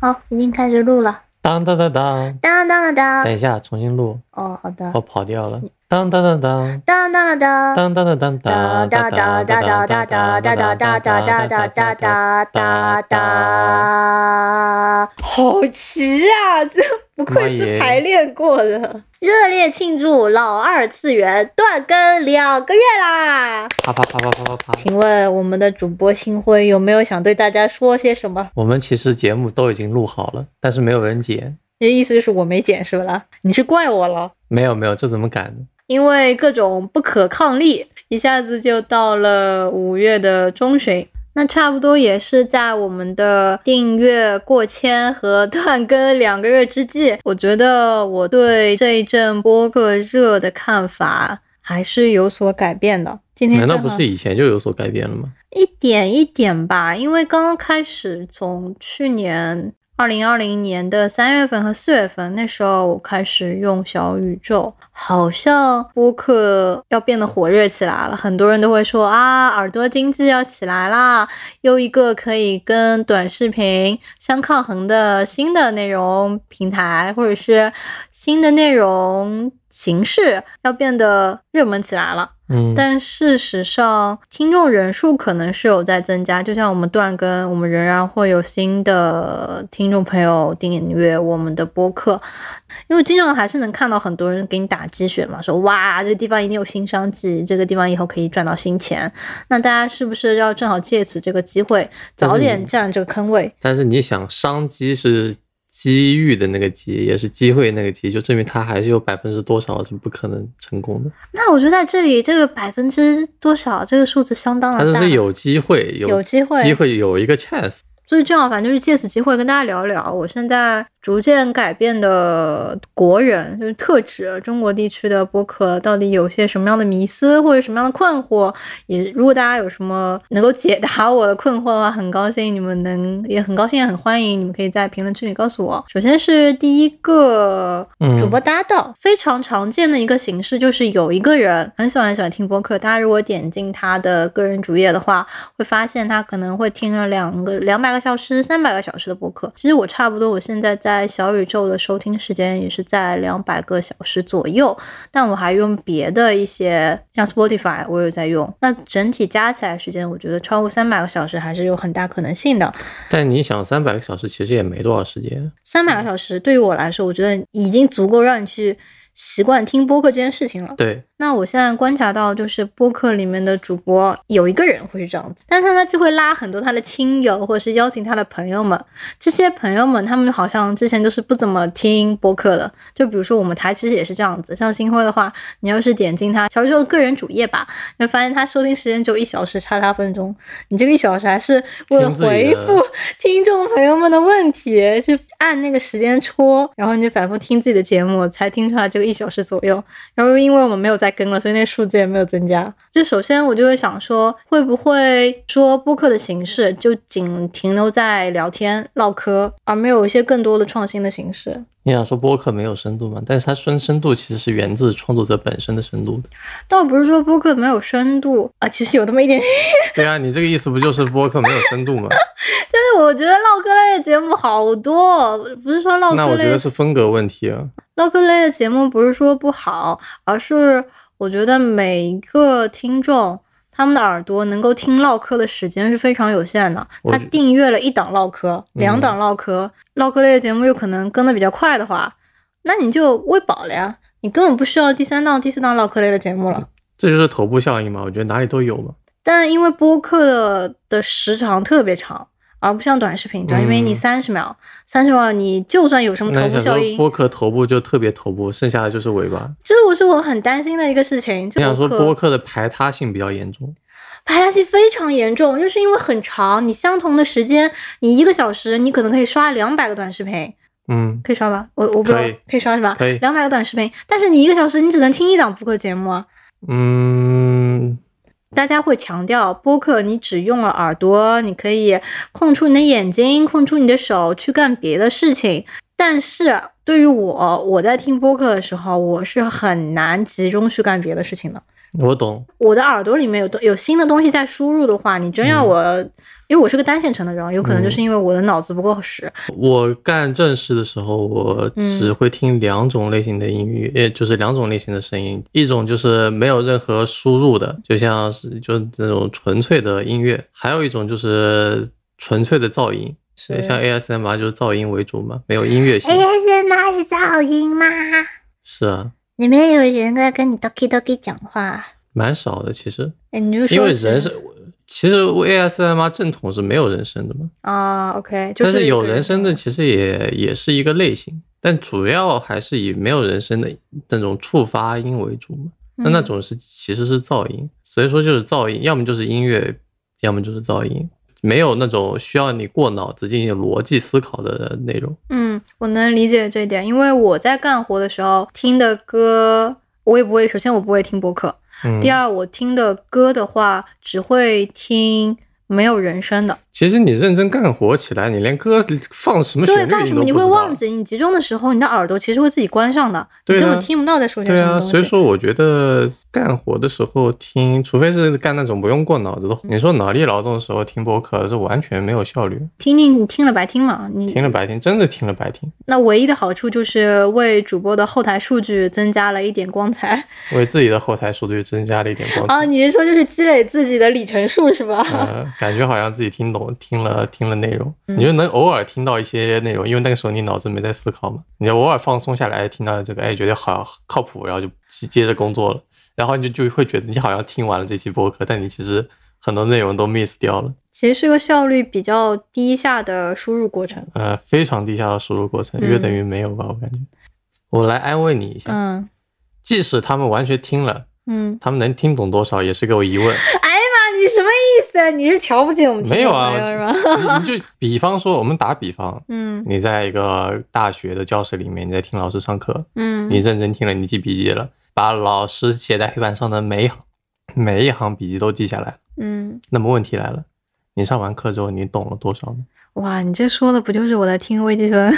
好，已经开始录了。当当当当，当当当等当。一下，重新录，哦，好的。我跑掉了。当当当当，当当当当。当当当当当，当哒当哒哒当当哒哒当哒当当当哒哒哒哒哒当当当哒哒哒当哒当哒。好齐啊！这不愧妈耶是排练过的，热烈庆祝老二次元断更两个月啦！啪啪啪啪啪啪啪。请问我们的主播新婚有没有想对大家说些什么？我们其实节目都已经录好了，但是没有人剪。你的意思就是我没剪是不啦？你是怪我了，没有没有，这怎么敢呢？因为各种不可抗力，一下子就到了五月的中旬。那差不多也是在我们的订阅过千和 断更两个月之际，我觉得我对这一阵播客热的看法还是有所改变的。今天难道正不好是以前就有所改变了吗？一点一点吧，因为刚刚开始，从去年二零二零年的三月份和四月份，那时候我开始用小宇宙，好像播客要变得火热起来了，很多人都会说啊，耳朵经济要起来啦，又一个可以跟短视频相抗衡的新的内容平台，或者是新的内容形式要变得热门起来了。嗯，但事实上，听众人数可能是有在增加。就像我们断更，我们仍然会有新的听众朋友订阅我们的播客，因为经常还是能看到很多人给你打鸡血嘛，说哇，这个地方一定有新商机，这个地方以后可以赚到新钱。那大家是不是要正好借此这个机会，但是早你点占这个坑位？但是你想，商机是机遇的那个机，也是机会那个机，就证明它还是有百分之多少是不可能成功的。那我觉得在这里，这个百分之多少这个数字相当的它大了，这是有机会，有机会机会有一个 chance。所以正好，反正就是借此机会跟大家聊一聊我现在逐渐改变的国人，就是特指中国地区的播客，到底有些什么样的迷思或者什么样的困惑？也如果大家有什么能够解答我的困惑的话，很高兴你们能，也很高兴，也很欢迎你们可以在评论区里告诉我。首先是第一个嗯主播搭档，非常常见的一个形式就是有一个人很喜欢很喜欢听播客，大家如果点进他的个人主页的话，会发现他可能会听了两个两百个小时、三百个小时的播客。其实我差不多，我现在在小宇宙的收听时间也是在两百个小时左右，但我还用别的一些像 Spotify，我有在用。那整体加起来时间，我觉得超过三百个小时还是有很大可能性的。但你想，三百个小时其实也没多少时间。三百个小时对于我来说，我觉得已经足够让你去习惯听播客这件事情了。对，那我现在观察到，就是播客里面的主播有一个人会是这样子，但是他就会拉很多他的亲友，或者是邀请他的朋友们。这些朋友们，他们好像之前都是不怎么听播客的。就比如说我们台其实也是这样子，像星辉的话，你要是点进他小宇宙的个人主页吧，你会发现他收听时间只有一小时叉叉分钟。你这个一小时还是为了听自己回的复听众朋友们的问题，去按那个时间戳，然后你就反复听自己的节目，才听出来这个一小时左右。然后因为我们没有再更了，所以那个数字也没有增加。就首先我就会想说，会不会说播客的形式就仅停留在聊天唠嗑，而没有一些更多的创新的形式？你想说播客没有深度嘛？但是它深深度其实是源自创作者本身的深度的。倒不是说播客没有深度啊，其实有那么一点。对啊，你这个意思不就是播客没有 深度吗？但是我觉得唠嗑类的节目好多，不是说唠那嗑我觉类得是风格问题啊。唠嗑类的节目不是说不好，而是我觉得每一个听众他们的耳朵能够听唠嗑的时间是非常有限的。我他觉订阅了一档唠嗑，嗯两档唠嗑，唠嗑类的节目有可能跟的比较快的话，那你就喂饱了呀，你根本不需要第三档、第四档唠嗑类的节目了。这就是头部效应嘛，我觉得哪里都有嘛。但因为播客的的时长特别长，而不像短视频，短视频嗯你三十秒，三十秒你就算有什么嗯那头部你想效说应，播客头部就特别头部，剩下的就是尾巴。这我是我很担心的一个事情。你这想说播播客客的排他性比较严重，排他性非常严重，就是因为很长，你相同的时间，你一个小时，你可能可以刷两百个短视频，嗯，可以刷吧？我我不知道可以可以刷是吧？可以两百个短视频，但是你一个小时你只能听一档播客节目啊。嗯，大家会强调播客，你只用了耳朵，你可以空出你的眼睛，空出你的手去干别的事情。但是对于我，我在听播客的时候，我是很难集中去干别的事情的。我懂，我的耳朵里面有东有新的东西在输入的话，你真要我，嗯因为我是个单线程的人，有可能就是因为我的脑子不够使。我干正事的时候，我只会听两种类型的音乐，也就是两种类型的声音，一种就是没有任何输入的，就像是就是那种纯粹的音乐；还有一种就是纯粹的噪音，是像 ASMR 就是噪音为主嘛，没有音乐哎性。 ASMR 是噪音吗？是啊，里面有人在跟你 doki doki 讲话，蛮少的其实，哎，你就说因为人声，其实 ASMR 正统是没有人声的嘛。啊，OK，就但是有人声声的其实也也是一个类型，但主要还是以没有人声的那种触发音为主嘛。嗯那那种是其实是噪音，所以说就是噪音，要么就是音乐，要么就是噪音，没有那种需要你过脑子进行逻辑思考的内容。嗯，我能理解这一点，因为我在干活的时候听的歌，我也不会。首先，我不会听播客；嗯，第，二，我听的歌的话，只会听没有人声的。其实你认真干活起来，你连歌放什么对，旋律放什么都你不会知道忘。记，你集中的时候，你的耳朵其实会自己关上的，对你根的本听不到在说些对什么啊，东西。所以说我觉得干活的时候听，除非是干那种不用过脑子的活，嗯你说脑力劳动的时候听播客是完全没有效率。听听你听了白听嘛，你听了白听，真的听了白听，那唯一的好处就是为主播的后台数据增加了一点光彩。为自己的后台数据增加了一点光彩。啊，你是说就是积累自己的里程数是吧？呃，感觉好像自己听懂听了听了内容，嗯你就能偶尔听到一些内容，因为那个时候你脑子没在思考嘛，你就偶尔放松下来听到这个，哎，觉得好靠谱，然后就接接着工作了，然后你就就会觉得你好像听完了这期播客，但你其实很多内容都 miss 掉了， 其实是个效率比较低下的输入过程。呃，非常低下的输入过程，嗯约等于没有吧，我感觉。我来安慰你一下，嗯即使他们完全听了，嗯，他们能听懂多少也是个疑 问。哎呀妈，你什么意思啊？你是瞧不起我们听没有众啊朋友是吧？，你你就比方说，我们打比方，嗯你在一个大学的教室里面，你在听老师上课，你嗯认真听了，你记笔记了，把老师写在黑板上的每一行 每一行笔记都记下来了。嗯，那么问题来了，你上完课之后，你懂了多少呢？哇，你这说的不就是我在听微积分？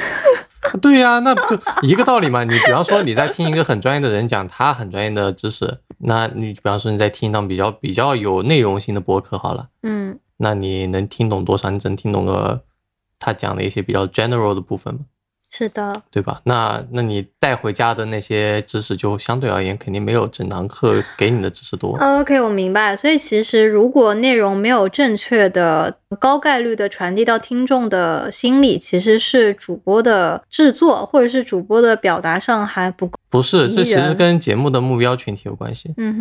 对呀、那不就一个道理嘛？你比方说你在听一个很专业的人讲他很专业的知识，那你比方说你在听一档比较比较有内容性的博客好了。嗯那你能听懂多少？你只能听懂个他讲的一些比较 general 的部分嘛，是的，对吧？那那你带回家的那些知识，就相对而言肯定没有整堂课给你的知识多。哦 OK，我明白。所以其实如果内容没有正确的、高概率的传递到听众的心里，其实是主播的制作或者是主播的表达上还不够。不是，迷这其实人跟节目的目标群体有关系。嗯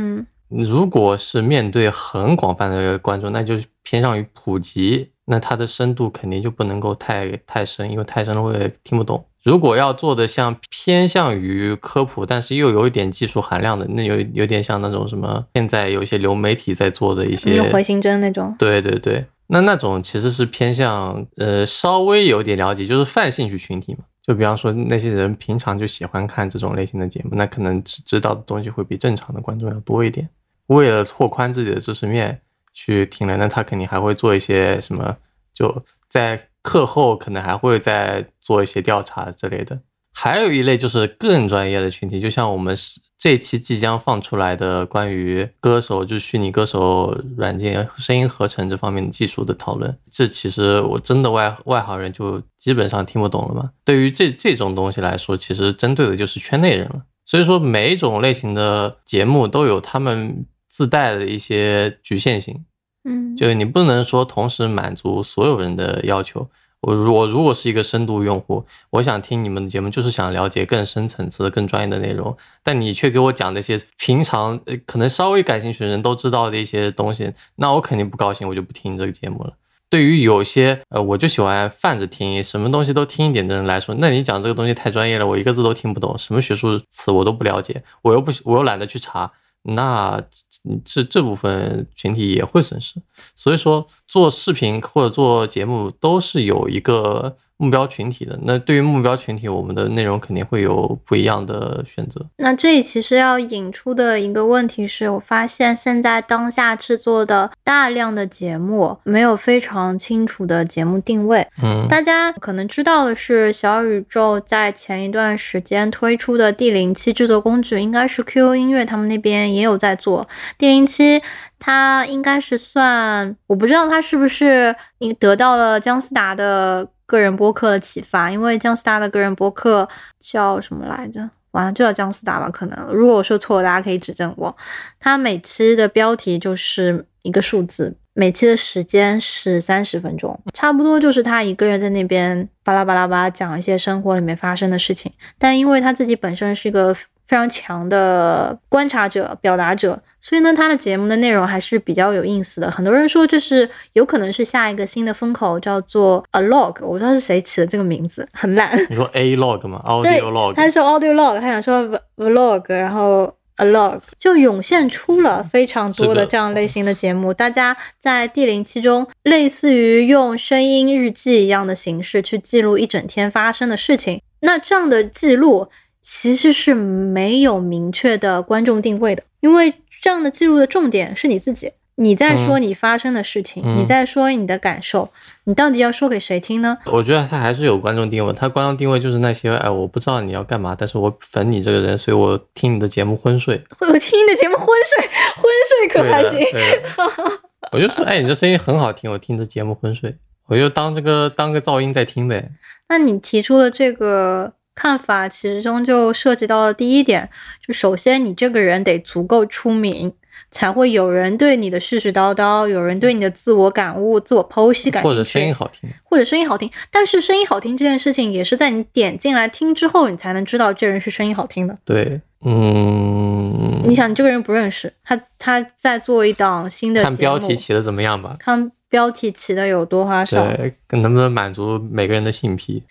哼，如果是面对很广泛的观众，那就是偏向于普及，那它的深度肯定就不能够太太深，因为太深了会听不懂。如果要做的像偏向于科普，但是又有一点技术含量的，那有有点像那种什么，现在有一些流媒体在做的一你些有，回形针那种。对对对，那那种其实是偏向呃稍微有点了解，就是泛兴趣群体嘛。就比方说那些人平常就喜欢看这种类型的节目，那可能知知道的东西会比正常的观众要多一点。为了拓宽自己的知识面去听了，那他肯定还会做一些什么，就在课后可能还会再做一些调查之类的。还有一类就是更专业的群体，就像我们是这期即将放出来的关于歌手，就是虚拟歌手软件声音合成这方面的技术的讨论。这其实我真的外外行人就基本上听不懂了嘛。对于这这种东西来说，其实针对的就是圈内人了。所以说，每一种类型的节目都有他们自带的一些局限性。嗯，就是你不能说同时满足所有人的要求。我如我如果是一个深度用户，我想听你们的节目，就是想了解更深层次、更专业的内容。但你却给我讲那些平常呃可能稍微感兴趣的人都知道的一些东西，那我肯定不高兴，我就不听这个节目了。对于有些呃，我就喜欢泛着听，什么东西都听一点的人来说，那你讲这个东西太专业了，我一个字都听不懂，什么学术词我都不了解，我又不我又懒得去查，那这这这部分群体也会损失。所以说，做视频或者做节目都是有一个目标群体的。那对于目标群体，我们的内容肯定会有不一样的选择。那这里其实要引出的一个问题是，我发现现在当下制作的大量的节目没有非常清楚的节目定位。嗯，大家可能知道的是，小宇宙在前一段时间推出的第零期制作工具，应该是 QQ 音乐他们那边也有在做。第零期它应该是算，我不知道它是不是你得到了姜思达的个人播客的启发，因为姜思达的个人播客叫什么来着？完了就叫姜思达吧，可能如果我说错了，大家可以指正我。它每期的标题就是一个数字，每期的时间是三十分钟，差不多就是他一个人在那边巴拉巴拉巴拉讲一些生活里面发生的事情。但因为他自己本身是一个非常强的观察者、表达者，所以呢，他的节目的内容还是比较有意思的。很多人说这是有可能是下一个新的风口，叫做 a log。我不知道是谁起的这个名字，很烂。你说 A log 吗对？Audio 他 log，说 audio log，他想说 v- vlog，然后 a log，就涌现出了非常多是的的这样类型的节目。大家在第零期中，类似于用声音日记一样的形式去记录一整天发生的事情。那这样的记录其实是没有明确的观众定位的，因为这样的记录的重点是你自己。你在说你发生的事情，嗯你在说你的感受，你到底要说给谁听呢？ 我觉得他还是有观众定位，他观众定位就是那些哎，我不知道你要干嘛，但是我粉你这个人，所以我听你的节目昏睡。我听你的节目昏睡，昏睡可对还的行？对的 我就说，哎，你这声音很好听，我听着节目昏睡，我就当这个当个噪音在听呗。那你提出的这个看法，其中就涉及到了第一点，就首先你这个人得足够出名，才会有人对你的絮絮叨叨，有人对你的自我感悟、自我剖析感兴趣，或者声音，好听，或者声音好听。但是声音好听这件事情，也是在你点进来听之后，你才能知道这人是声音好听的。对，嗯，你想，你这个人不认识他，他在做一档新的节看目，标题起的怎么样吧。看标题起的有多花哨，对，能不能满足每个人的性癖？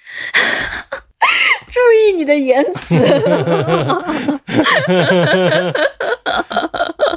注意你的言辞。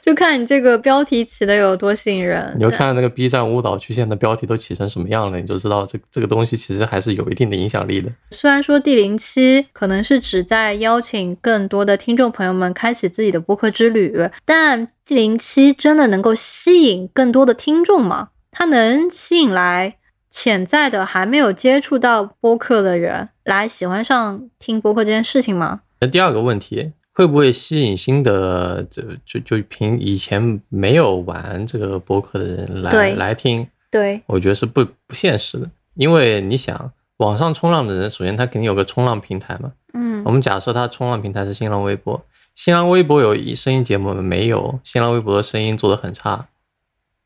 就看你这个标题起的有多吸引人。你就看那个 B 站舞蹈区现在标题都起成什么样了，你就知道这这个东西其实还是有一定的影响力的。虽然说第零期可能是旨在邀请更多的听众朋友们开启自己的播客之旅，但第零期真的能够吸引更多的听众吗？它能吸引来潜在的还没有接触到播客的人来喜欢上听播客这件事情吗？那第二个问题，会不会吸引新的就就就凭以前没有玩这个播客的人来对来听？对，我觉得是不不现实的，因为你想，网上冲浪的人，首先他肯定有个冲浪平台嘛。嗯我们假设他冲浪平台是新浪微博，新浪微博有一声音节目没有？新浪微博的声音做的很差，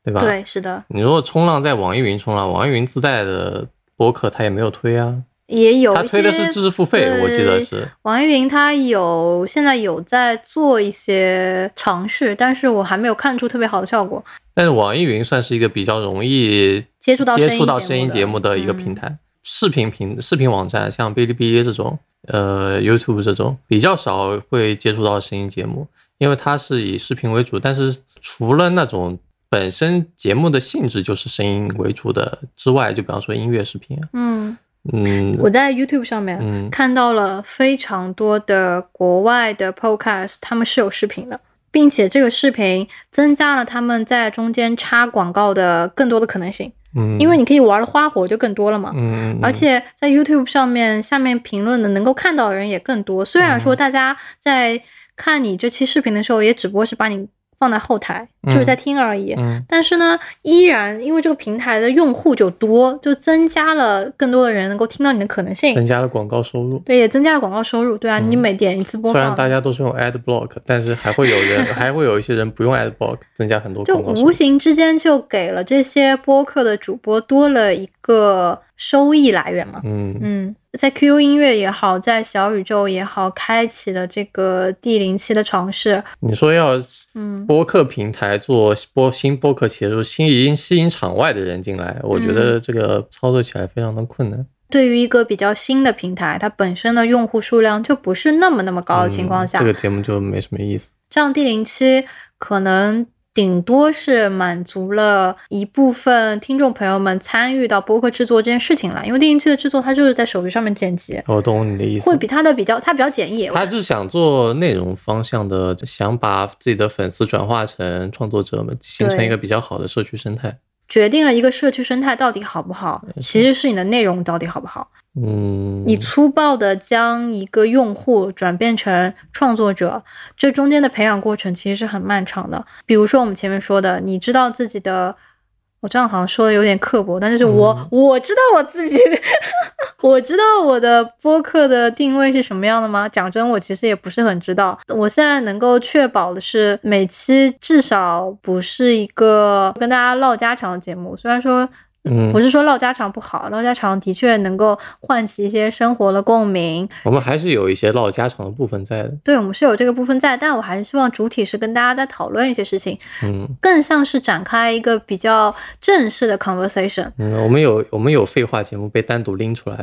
对吧？对，是的，你如果冲浪在网易云冲浪，网易云自带的播客它也没有推啊，也有它一推的些是知识付费，我记得。是对。网易云它有现在有在做一些尝试，但是我还没有看出特别好的效果。但是网易云算是一个比较容易接触到接触到声声音音节节目目的嗯的一个平台，视频平视频网站像哔哩哔哩这种，呃，YouTube 这种比较少会接触到声音节目，因为它是以视频为主。但是除了那种本身节目的性质就是声音为主的之外，就比方说音乐视频啊，嗯，嗯我在 YouTube 上面嗯，看到了非常多的国外的 podcast，他们是有视频的，并且这个视频增加了他们在中间插广告的更多的可能性，嗯因为你可以玩的花火就更多了嘛。嗯，嗯而且在 YouTube 上面，下面评论的能够看到的人也更多。虽然嗯说大家在看你这期视频的时候，也只不过是把你放在后台，就是在听而已。嗯但是呢，依然因为这个平台的用户就多，就增加了更多的人能够听到你的可能性增。加了广告收入。对，也增加了广告收入。对啊，你每点一次播虽然大放，家都是用 ad block，但是还会有 人，还会有一些人不用 ad block，增加很多就广告收入无。形之间就给了这些播客的主播多了一个收益来源嘛。嗯，嗯，在 QQ 音乐也好，在小宇宙也好，开启了这个第零期的尝试。你说要嗯，播客平台做播新播客切入，新引吸引场外的人进来，我觉嗯得这个操作起来非常的困难。对于一个比较新的平台，它本身的用户数量就不嗯是那么那么高的情况下，嗯这个节目就没什么意思。这样第零期可能顶多是满足了一部分听众朋友们参与到播客制作这件事情了，因为电影剧的制作它就是在手机上面剪辑，我懂你的意思会。比它的比较它比较简易。他就是想做内容方向的，想把自己的粉丝转化成创作者们，形成一个比较好的社区生态。决定了一个社区生态到底好不好，其实是你的内容到底好不好。嗯，你粗暴的将一个用户转变成创作者，这中间的培养过程其实是很漫长的。比如说我们前面说的，你知道自己的，我这样好像说的有点刻薄，但是我、我知道我自己， 我知道我的播客的定位是什么样的吗？讲真，我其实也不是很知道。我现在能够确保的是，每期至少不是一个跟大家唠家常的节目，虽然说嗯不，是说唠家常不好，唠家常的确能够唤起一些生活的共鸣。我们还是有一些唠家常的部分在的。对我们是有这个部分在，但我还是希望主体是跟大家在讨论一些事情，嗯更像是展开一个比较正式的 conversation。 嗯，我们有我们有废话节目被单独拎出来，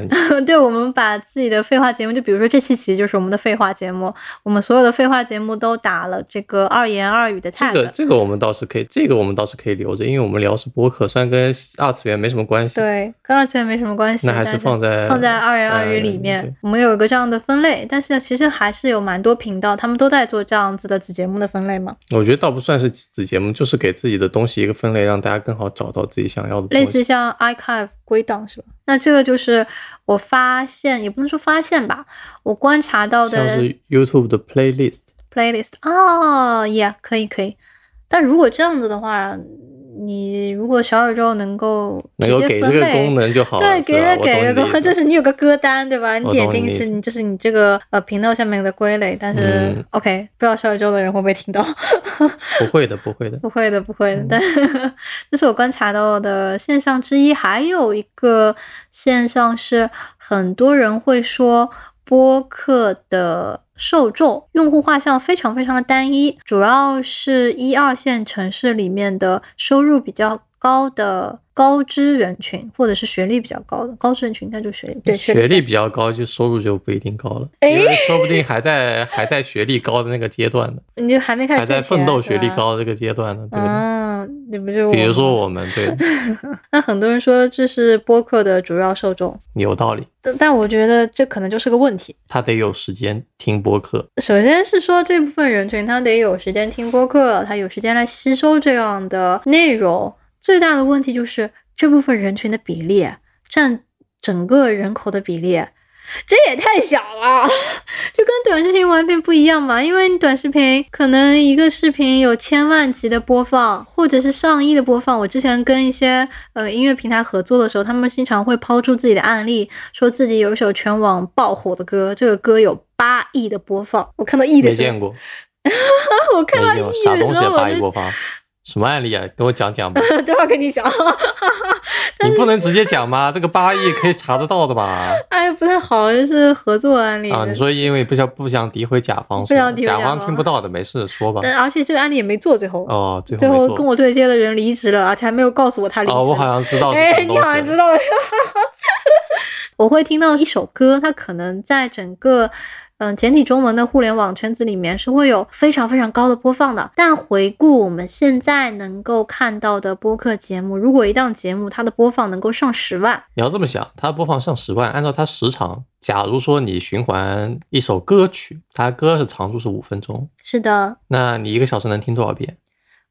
对，我们把自己的废话节目，就比如说这期其实就是我们的废话节目，我们所有的废话节目都打了这个二言二语的这 tag。个这个我们倒是可以，这个我们倒是可以留着，因为我们聊是播客，虽然跟二次元没什么关系。对，跟二次元没什么关系，那还但是放在放在二元二语里面、嗯对我们有一个这样的分类，但是其实还是有蛮多频道，他们都在做这样子的子节目的分类嘛，我觉得倒不算是子节目，就是给自己的东西一个分类，让大家更好找到自己想要的东西。类似像 iCarve 归档是吧？那这个就是我发现，也不能说发现吧，我观察到像的是 YouTube 的 playlist， playlist 哦，也、可以可以。但如果这样子的话，你如果小宇宙能够直能够接给这分个类功能就好了，对，是给吧它给一个功能，就是你有个歌单，对吧？你我点懂你进的意去，思你就是你这个呃频道下面的归类。但是、嗯 OK，不知道小宇宙的人会不会听到？不会的，不会的。不会的，不会嗯的。但 这是我观察到的现象之一。还有一个现象是，很多人会说播客的受众用户画像非常非常的单一，主要是一二线城市里面的收入比较高的高知人群，或者是学历比较高的高知人群，应该就是学历 对学历比较高，就收入就不一定 高了，因为说不定还在还在学历高的那个阶段呢，你就还没开始还在挣钱奋斗对学历吧。高的这个阶段呢，对吧？嗯，你不就比如说吗，我们对，那很多人说这是播客的主要受众，有道理，但但我觉得这可能就是个问题。他得有时间听播客，首先是说这部分人群他得有时间听播客，他有时间来吸收这样的内容。最大的问题就是这部分人群的比例啊占整个人口的比例，这也太小了， 就跟短视频完全不一样嘛。因为你短视频可能一个视频有千万级的播放，或者是上亿的播放。我之前跟一些呃音乐平台合作的时候，他们经常会抛出自己的案例，说自己有一首全网爆火的歌，这个歌有八亿的播放。我看到亿的没时候见，过， 我看到没亿见过的时啥候，东西啊八亿播我放，什么案例啊？给我讲讲吧，就 等会儿跟你讲。你不能直接讲吗？这个八亿可以查得到的吧？哎，不太好，就是合作案例啊，你说因为不想不想诋毁甲方，不是吧想诋毁甲甲方方听不到的，没事说吧。但而且这个案例也没做，最后、哦，最最后没后做跟我对接的人离职了，而且还没有告诉我他离职了。哦，我好像知道是哎，什么你好像东西知。道了。 我会听到一首歌，它可能在整个嗯简体中文的互联网圈子里面是会有非常非常高的播放的。但回顾我们现在能够看到的播客节目，如果一档节目它的播放能够上十万，你要这么想，它播放上十万，按照它时长，假如说你循环一首歌曲，它歌的长度是五分钟，是的，那你一个小时能听多少遍？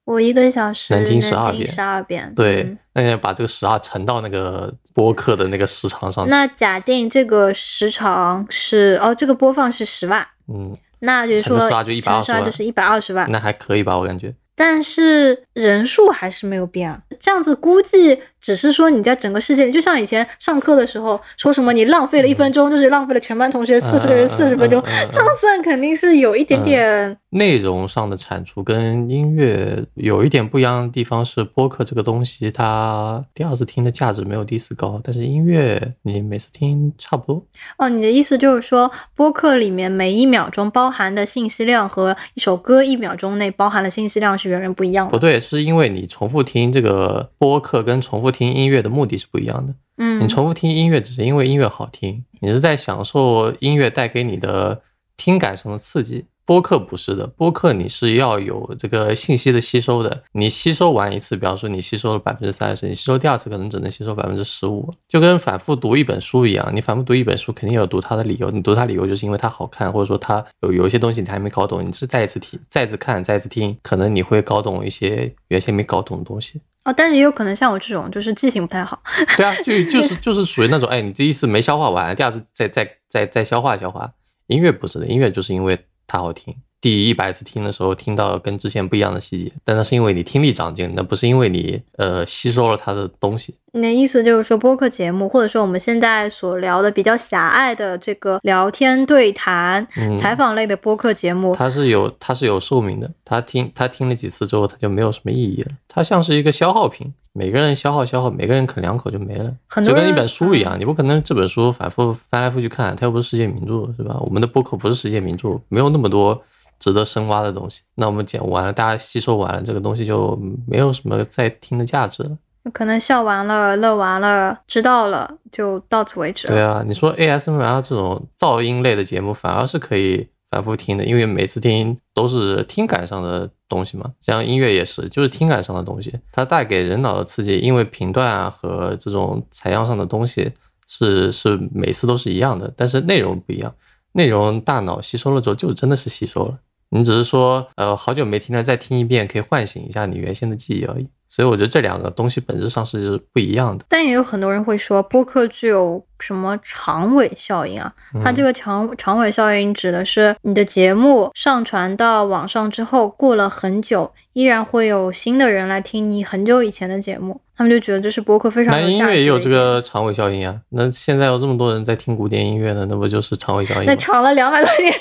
我一个小时能能听听12遍十二遍，对，嗯那你要把这个十二乘到那个播客的那个时长上嗯去。那假定这个时长是哦，这个播放是十万，嗯，那就是乘说以12就120万嗯乘以12就是一百二十万。那还可以吧，我感觉。但是人数还是没有变啊。这样子估计只是说你在整个世界里，就像以前上课的时候说什么你浪费了一分钟，就是浪费了全班同学四十个人嗯嗯四十分钟，嗯嗯嗯嗯这样算肯定是有一点点内容上的产出跟音乐有一点不一样的地方是，播客这个东西它第二次听的价值没有第一次高，但是音乐你每次听差不多。哦。你的意思就是说，播客里面每一秒钟包含的信息量和一首歌一秒钟内包含的信息量是远远不一样不的。对，是因为你重复听这个播客跟重复听音乐的目的是不一样的。嗯你，重复听音乐只是因为音乐好听，你是在享受音乐带给你的听感上的刺激，播客不是的，播客你是要有这个信息的吸收的。你吸收完一次，比方说你吸收了百分之三十，你吸收第二次可能只能吸收百分之十五，就跟反复读一本书一样。你反复读一本书，肯定有读它的理由。你读它理由就是因为它好看，或者说它有有一些东西你还没搞懂，你是再一次听、再次看、再次听，可能你会搞懂一些原先没搞懂的东西。哦，但是也有可能像我这种，就是记性不太好。 对啊，就就是就是属于那种，哎，你第一次没消化完，第二次再再再再消化消化。音乐不是的，音乐就是因为它好听。第一百次听的时候，听到跟之前不一样的细节，但那是因为你听力长进了，那不是因为你呃吸收了它的东西。你的意思就是说，播客节目或者说我们现在所聊的比较狭隘的这个聊天对谈、嗯采访类的播客节目，它是有它是有寿命的，它听它听了几次之后，它就没有什么意义了。它像是一个消耗品，每个人消耗消耗，每个人啃两口就没了，很多就跟一人嗯本书一样，你不可能这本书反复翻来覆去看，它又不是世界名著，是吧？我们的播客不是世界名著，没有那么多值得深挖的东西。那我们讲完了，大家吸收完了，这个东西就没有什么再听的价值了。可能笑完了、乐完了、知道了，就到此为止了。对啊，你说 ASMR 这种噪音类的节目，反而是可以反复听的，因为每次听都是听感上的东西嘛。像音乐也是，就是听感上的东西，它带给人脑的刺激，因为频段啊和这种采样上的东西是是每次都是一样的，但是内容不一样，内容大脑吸收了之后就真的是吸收了。你只是说，呃，好久没听了，再听一遍，可以唤醒一下你原先的记忆而已。所以我觉得这两个东西本质上是不一样的。但也有很多人会说，播客具有什么长尾效应啊？它嗯这个长长尾效应指的是你的节目上传到网上之后，过了很久，依然会有新的人来听你很久以前的节目，他们就觉得这是播客非常那有音价值的乐一也有这点个长尾效应啊。那现在有这么多人在听古典音乐呢，那不就是长尾效应那吗？长了两百多年，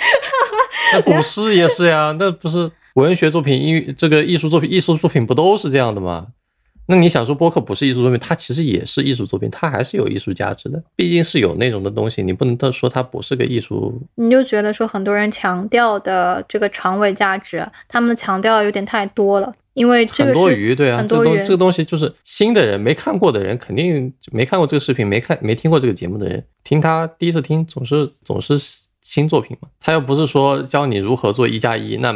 那古诗也是呀，那不是文学作品、音乐这个艺术作品、艺术作品不都是这样的吗？那你想说播客不是艺术作品，它其实也是艺术作品，它还是有艺术价值的，毕竟是有内容的东西，你不能说它不是个艺术。你就觉得说很多人强调的这个长尾价值，他们的强调有点太多了，因为这很个多是余，对啊，很这多个东余这个东西就是新的人没看过的人，肯定没看过这个视频，没看没听过这个节目的人，听他第一次听总是总是新作品嘛。他又不是说教你如何做一加一，那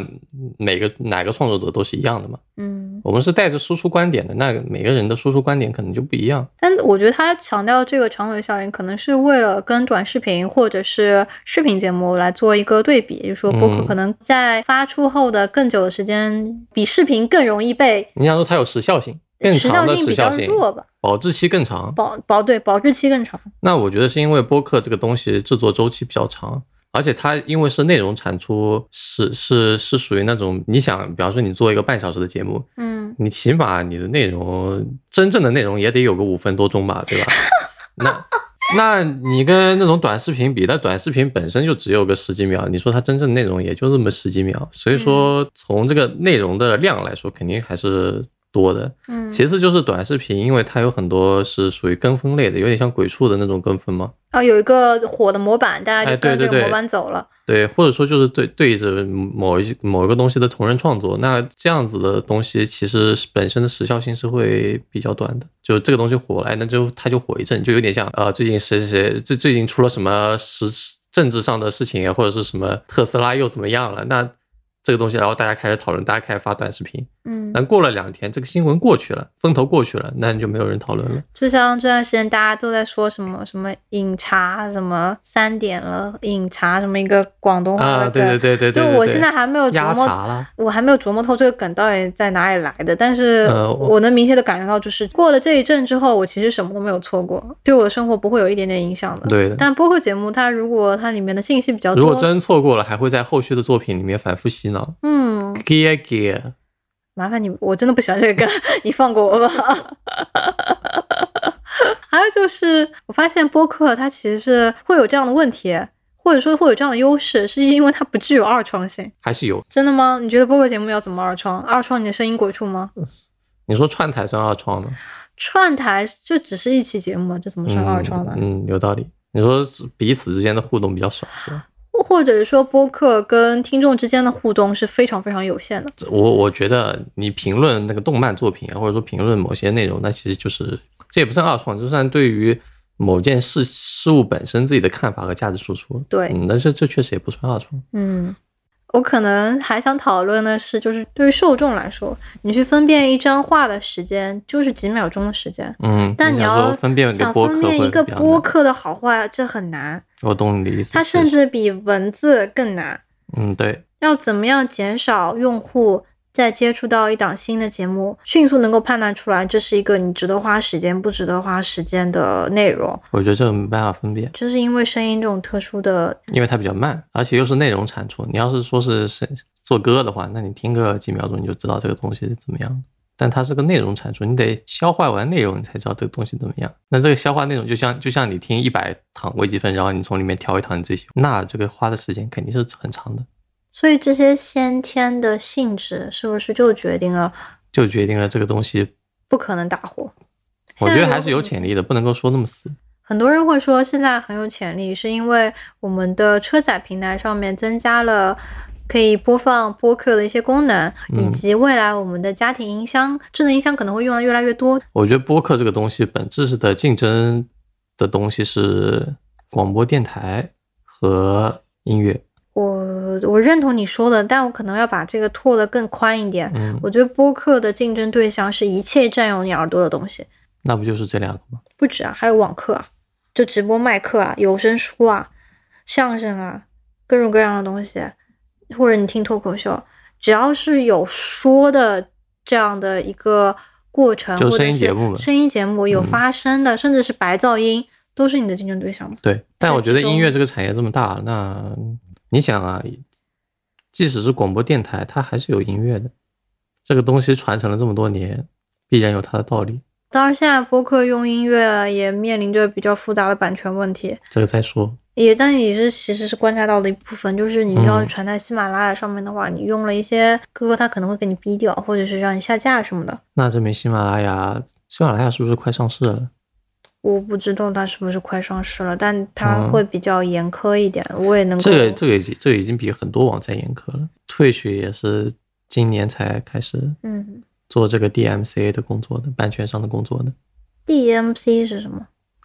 每个哪个创作者都是一样的嘛。嗯，我们是带着输出观点的，那每个人的输出观点可能就不一样。但我觉得他强调这个长尾效应，可能是为了跟短视频或者是视频节目来做一个对比，就是说播客嗯可能在发出后的更久的时间，比视频更容易被你想说它有时效性，更时长效的性时比效较性，弱吧，保质期更长。保保对保质期更长。那我觉得是因为播客这个东西制作周期比较长，而且它因为是内容产出，是是是属于那种你想，比方说你做一个半小时的节目，嗯，你起码你的内容真正的内容也得有个五分多钟吧，对吧？那那你跟那种短视频比，那短视频本身就只有个十几秒，你说它真正内容也就那么十几秒，所以说从这个内容的量来说，肯定还是多的。嗯其次就是短视频，因为它有很多是属于跟风类的，有点像鬼畜的那种跟风嘛。啊，有一个火的模板，大家哎就跟对着这对个模对板走了。对，或者说就是对对着某一某一个东西的同人创作，那这样子的东西其实是本身的时效性是会比较短的。就这个东西火来，那就它就火一阵，就有点像呃，最近谁谁谁最最近出了什么时政治上的事情，啊或者是什么特斯拉又怎么样了，那这个东西，然后大家开始讨论，大家开始发短视频，嗯，但过了两天，这个新闻过去了，风头过去了，那你就没有人讨论了。就像这段时间大家都在说什么什么饮茶什么三点了饮茶什么一个广东话啊，的对梗，对对对对，就对我对现在还没有压琢磨，茶了。我还没有琢磨透这个梗到底在哪里来的，但是呃我我能明显的感觉到，就是过了这一阵之后，我其实什么都没有错过，对我的生活不会有一点点影响的。对的呃但播客节目它如果它里面的信息比较多，如果真错过了，还会在后续的作品里面反复洗脑。嗯，给给，麻烦你，我真的不喜欢这个歌， 你放过我吧。 还有就是，我发现播客它其实是会有这样的问题，或者说会有这样的优势，是因为它不具有二创性。还是有。真的吗？你觉得播客节目要怎么二创？二创你的声音鬼畜吗？你说串台算二创吗？串台这只是一期节目，这怎么算二创呢？嗯？嗯，有道理。你说彼此之间的互动比较少，是吧或者说播客跟听众之间的互动是非常非常有限的。这我我觉得你评论那个动漫作品啊，或者说评论某些内容，那其实就是这也不算二创，就算对于某件事事物本身自己的看法和价值输出。对嗯，但是这确实也不算二创。嗯，我可能还想讨论的是，就是对于受众来说，你去分辨一张画的时间就是几秒钟的时间，嗯，但你你想要说分辨一个想播分客辨会一个比较播难客的好坏，这很难，我懂你的意思。它是甚是至比文字更难。嗯，对，要怎么样减少用户在接触到一档新的节目，迅速能够判断出来这是一个你值得花时间不值得花时间的内容？我觉得这个没办法分辨，就是因为声音这种特殊的，因为它比较慢，而且又是内容产出。你要是说是是做歌的话，那你听个几秒钟你就知道这个东西是怎么样的。但它是个内容产出，你得消化完内容，你才知道这个东西怎么样。那这个消化内容，就像就像你听一百堂微积分，然后你从里面挑一堂你最喜欢，那这个花的时间肯定是很长的，所以这些先天的性质是不是就决定了就决定了这个东西，不可能打火？我觉得还是有力。潜力的，不能够说那么死。很多人会说现在很有潜力，是因为我们的车载平台上面增加了可以播放播客的一些功能，嗯以及未来我们的家庭音箱、智能音箱可能会用的越来越多。我觉得播客这个东西本质的竞争的东西是广播电台和音乐。我我认同你说的，但我可能要把这个拓得更宽一点。嗯，我觉得播客的竞争对象是一切占有你耳朵的东西，那不就是这两个吗？不止啊，还有网课啊，就直播卖课啊，有声书啊，相声啊，各种各样的东西，或者你听脱口秀，只要是有说的这样的一个过程，就或者声音节目嘛是声音节目有嗯发声的，甚至是白噪音，都是你的竞争对象嘛。对，但在我觉得其中音乐这个产业这么大，那你想啊，即使是广播电台，它还是有音乐的，这个东西传承了这么多年，必然有它的道理。当然，现在播客用音乐也面临着比较复杂的版权问题。这个再说，也，但也是其实是观察到的一部分，就是你要嗯传在喜马拉雅上面的话，你用了一些歌，它可能会给你逼掉，或者是让你下架什么的。那证明喜马拉雅，喜马拉雅是不是快上市了？我不知道它是不是快上市了，但它嗯会比较严苛一点，我也能够。这个这个已经这个已经比很多网站严苛了。退去也是今年才开始嗯做这个 DMCA 的工作的，版权上的工作的， ，DMC 是什么？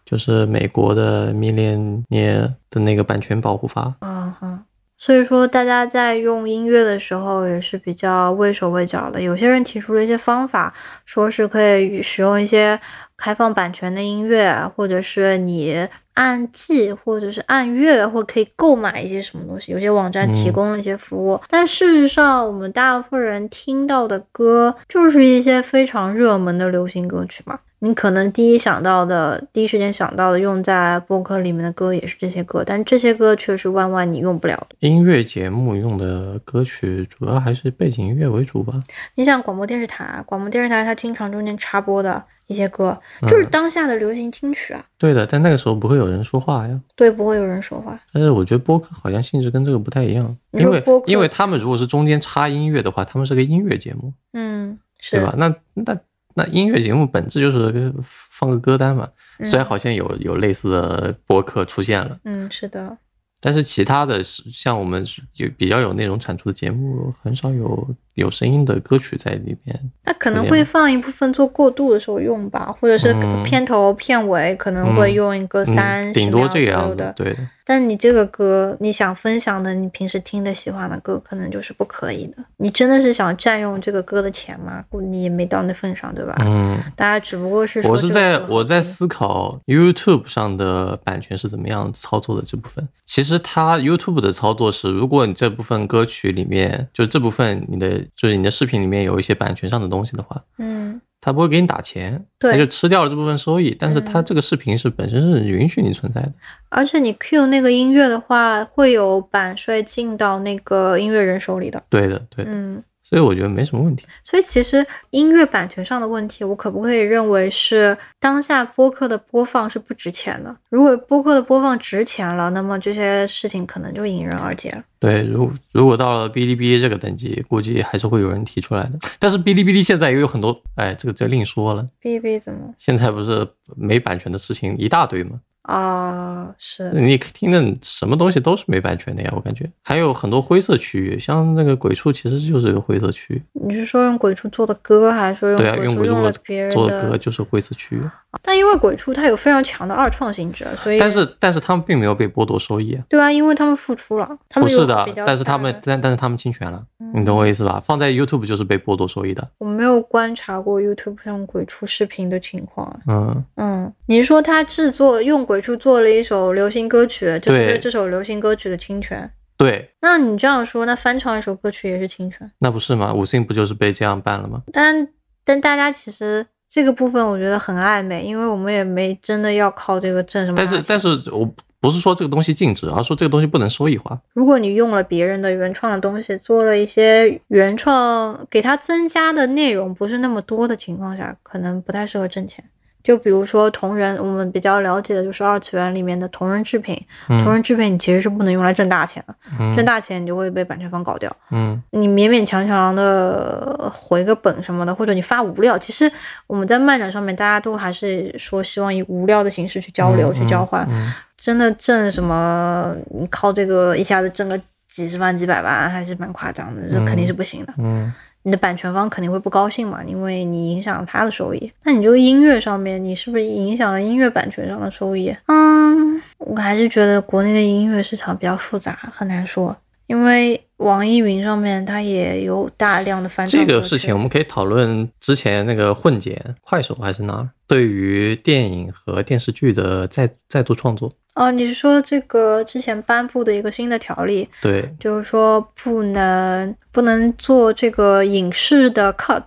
就是美国的 Millionaire 的那个版权保护法。啊哈。所以说，大家在用音乐的时候也是比较畏手畏脚的。有些人提出了一些方法，说是可以使用一些开放版权的音乐，或者是你按季，或者是按月，或可以购买一些什么东西。有些网站提嗯供了一些服务，但事实上，我们大部分人听到的歌就是一些非常热门的流行歌曲嘛。你可能第一想到的，第一时间想到的用在播客里面的歌也是这些歌，但这些歌却是万万你用不了的。音乐节目用的歌曲主要还是背景音乐为主吧。你像广播电视台，广播电视台它经常中间插播的一些歌，就是嗯当下的流行金曲啊，对的，但那个时候不会有人说话呀。对，不会有人说话。但是我觉得播客好像性质跟这个不太一样，你因说为播客因为他们如果是中间插音乐的话，他们是个音乐节目，嗯，是对吧？？那那那音乐节目本质就是个放个歌单嘛。嗯虽然好像有有类似的播客出现了，嗯，是的，但是其他的是像我们是有比较有内容产出的节目，很少有有声音的歌曲在里面。那可能有点会放一部分做过渡的时候用吧，或者是嗯片头片尾可能会用一个三嗯，十顶秒多左这个样右子的。，对的。但你这个歌，你想分享的，你平时听的喜欢的歌，可能就是不可以的。你真的是想占用这个歌的钱吗？估你也没到那份上，对吧？嗯，大家只不过是说我是这个在歌好我在听思考 YouTube 上的版权是怎么样操作的这部分。其实它 YouTube 的操作是，如果你这部分歌曲里面，就这部分你的就是你的视频里面有一些版权上的东西的话，嗯它不会给你打钱，对它就吃掉了这部分收益。但是它嗯这个视频是本身是允许你存在的。而且你 Q 那个音乐的话，会有版税进到那个音乐人手里的。对的，对的。嗯，所以我觉得没什么问题。所以其实音乐版权上的问题，我可不可以认为是当下播客的播放是不值钱的？如果播客的播放值钱了，那么这些事情可能就迎刃而解了。对，如如果到了哔哩哔哩这个等级，估计还是会有人提出来的。但是哔哩哔哩现在也有很多，哎，这个这个另说了。 B B 怎么现在不是没版权的事情一大堆吗？啊？是你听的什么东西都是没版权的呀，我感觉还有很多灰色区域，像那个鬼畜其实就是个灰色区域，你是说用鬼畜做的歌，还是说对啊，用用鬼畜鬼畜用了做别人做的歌就是灰色区域，但因为鬼畜它有非常强的二创性质，所以但是但是他们并没有被剥夺收益啊。对啊，因为他们付出了，他不们有是的比，较但是他大们的嗯但但是他们侵权了，你懂我意思吧？放在 YouTube 就是被剥夺收益的，我没有观察过 YouTube 上鬼畜视频的情况。嗯，嗯，你是说他制作用鬼畜做了一首流行歌曲，就是对对这首流行歌曲的侵权？对，那你这样说，那翻唱一首歌曲也是侵权？那不是吗？五星不就是被这样办了吗？但但大家其实这个部分我觉得很暧昧，因为我们也没真的要靠这个挣什么大但钱。是但是我不是说这个东西禁止，而是说这个东西不能收益化。如果你用了别人的原创的东西，做了一些原创给它增加的内容不是那么多的情况下，可能不太适合挣钱。就比如说同人，我们比较了解的就是二次元里面的同人制品，同嗯人制品你其实是不能用来挣大钱的，挣嗯大钱你就会被版权方搞掉。嗯，你勉勉强强的回个本什么的，或者你发无料，其实我们在漫展上面大家都还是说希望以无料的形式去交流、嗯去交换，嗯真的挣什么，你靠这个一下子挣个几十万、几百万，还是蛮夸张的，这嗯肯定是不行的。嗯你的版权方肯定会不高兴嘛，因为你影响了他的收益。那你这个音乐上面，你是不是影响了音乐版权上的收益？嗯，我还是觉得国内的音乐市场比较复杂，很难说。因为网易云上面它也有大量的翻唱这个歌曲事情我们可以讨论之前那个混剪快手还是哪儿对于电影和电视剧的再再度创作，哦，你是说这个之前颁布的一个新的条例，对就是说不能不能做这个影视的 cut，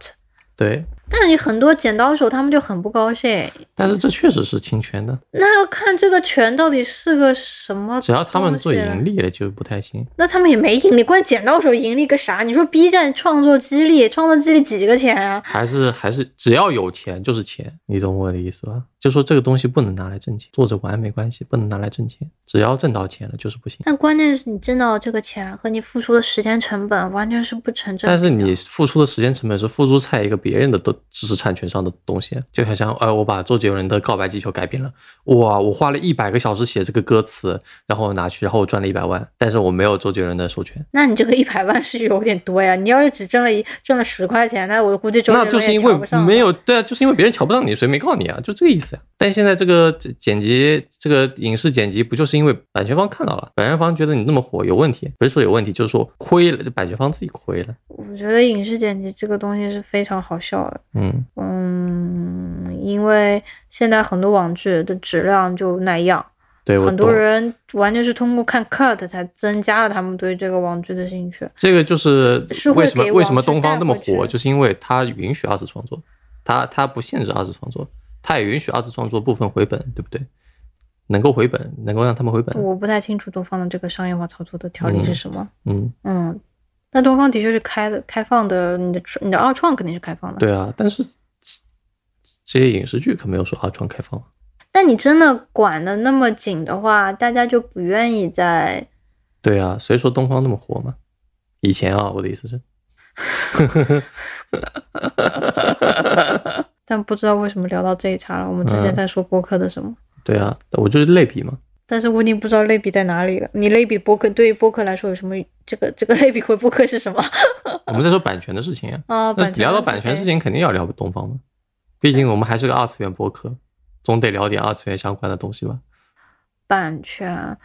对，但你很多剪刀手他们就很不高兴。但是这确实是侵权的，那要看这个拳到底是个什么东西啊只了，要他们做盈利了就不太行。那他们也没盈利，关键剪刀手盈利个啥？你说 B 站创作激励，创作激励几个钱啊？还是还是只要有钱就是钱，你懂我的意思吧？就说这个东西不能拿来挣钱，做着玩没关系，不能拿来挣钱，只要挣到钱了就是不行。但关键是你挣到这个钱啊和你付出的时间成本完全是不成正比的。但是你付出的时间成本是付出在一个别人的都知识产权上的东西，就好像哎，我把周杰伦的《告白气球》改编了，哇，我花了一百个小时写这个歌词，然后拿去，然后我赚了一百万，但是我没有周杰伦的授权，那你这个一百万是有点多呀！你要是只挣了一挣了十块钱，那我估计周杰那伦就是也因瞧不为上了没有对啊，就是因为别人瞧不上你，所以没告你啊，就这个意思呀、但现在这个剪辑，这个影视剪辑，不就是因为版权方看到了，版权方觉得你那么火有问题，不是说有问题，就是说亏了，版权方自己亏了。我觉得影视剪辑这个东西是非常好笑的，嗯，嗯，因为现在很多网剧的质量就那样，对，我很多懂。人完全是通过看 cut 才增加了他们对这个网剧的兴趣。这个就是是会为什么给为什么网剧东方带那么回去火，就是因为它允许二次创作，它它不限制二次创作，它也允许二次创作部分回本，对不对？能够回本，能够让他们回本。我不太清楚东方的这个商业化操作的条例是什么。嗯，嗯，但东方的确是开的开放的，你的你的二创肯定是开放的。对啊，但是这这些影视剧可没有说二创开放。啊但你真的管的那么紧的话，大家就不愿意再对啊，所以说东方那么火嘛。以前啊，我的意思是，但不知道为什么聊到这一茬了。我们之前嗯在说播客的什么，对啊，我就是类比嘛。但是我已经不知道类比在哪里了。你类比播客对于播客来说有什么？这个这个类比回播客是什么？我们在说版权的事情啊，啊， 那版权聊到是版权谁事，情，肯定要聊东方嘛。毕竟我们还是个二次元博客，总得聊点二次元相关的东西吧。版权，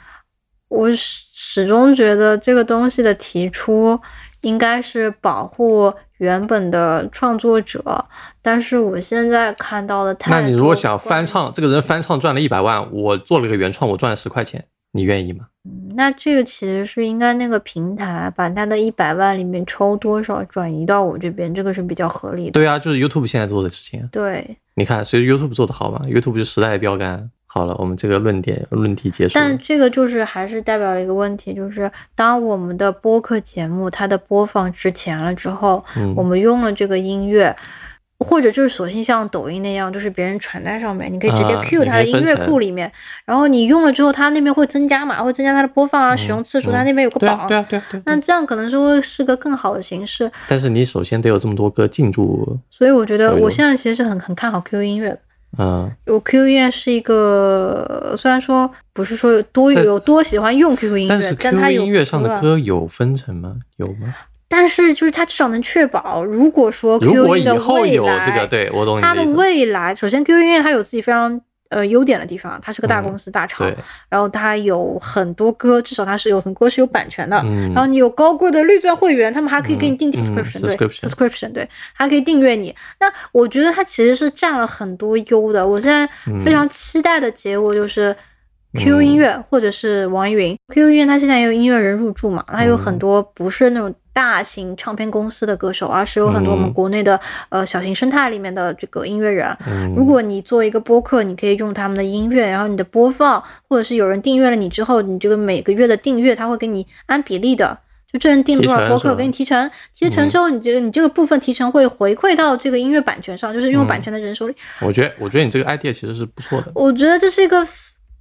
我始始终觉得这个东西的提出应该是保护原本的创作者，但是我现在看到的太那你如果多想关翻于，唱，这个人翻唱赚了一百万，我做了个原创，我赚了十块钱，你愿意吗？嗯那这个其实是应该那个平台把他的一百万里面抽多少转移到我这边，这个是比较合理的。对啊，就是 YouTube 现在做的事情啊。对，你看，随着 YouTube 做的好嘛，YouTube 就时代标杆。好了，我们这个论点论题结束了。但这个就是还是代表了一个问题，就是当我们的播客节目它的播放值钱了之后，嗯我们用了这个音乐，或者就是索性像抖音那样，就是别人传单上面，你可以直接啊 Q 你它可的以音分乐成库里面，然后你用了之后，它那边会增加嘛，会增加它的播放啊、使用次数，它那边有个嗯对榜。啊，对啊，对啊，对啊。那这样可能是会是个更好的形式，但是你首先得有这么多歌进驻，所以我觉得所以我现在其实是很很看好 QQ 音乐的。嗯，我 QQ 音乐是一个，虽然说不是说有多但有多喜欢用 QQ 音乐，但但是它 QQ 有音乐上歌的啊歌有分成吗？有吗？但是就是它至少能确保，如果说哦 Q 如果音以的后未有这来个，对我懂你它的的意思。未来，首先 QQ 音乐它有自己非常呃优点的地方，它是个大嗯公司、大厂对，，然后它有很多歌，至少它是有很多歌是有版权的，嗯然，后你有高贵的绿钻会员，他们还可以给你订嗯嗯 description，、对 subscription subscription，对，还可以订阅你。那我觉得它其实是占了很多优的。我现在非常期待的结果就是嗯 QQ 音乐或者是网易云。QQ 音乐它现在也有音乐人入驻嘛，它有很多不是那种大型唱片公司的歌手，而是有很多我们嗯国内的呃小型生态里面的这个音乐人。嗯如果你做一个播客，你可以用他们的音乐，然后你的播放，或者是有人订阅了你之后，你这个每个月的订阅，他会给你按比例的，就这人订了多提少成播是客，吧给你提成，提成之后，你这个你这个部分提成会回馈到这个音乐版权上，就是拥有版权的人手里。我觉得我觉得你这个 idea 其实是不错的。我觉得这是一个。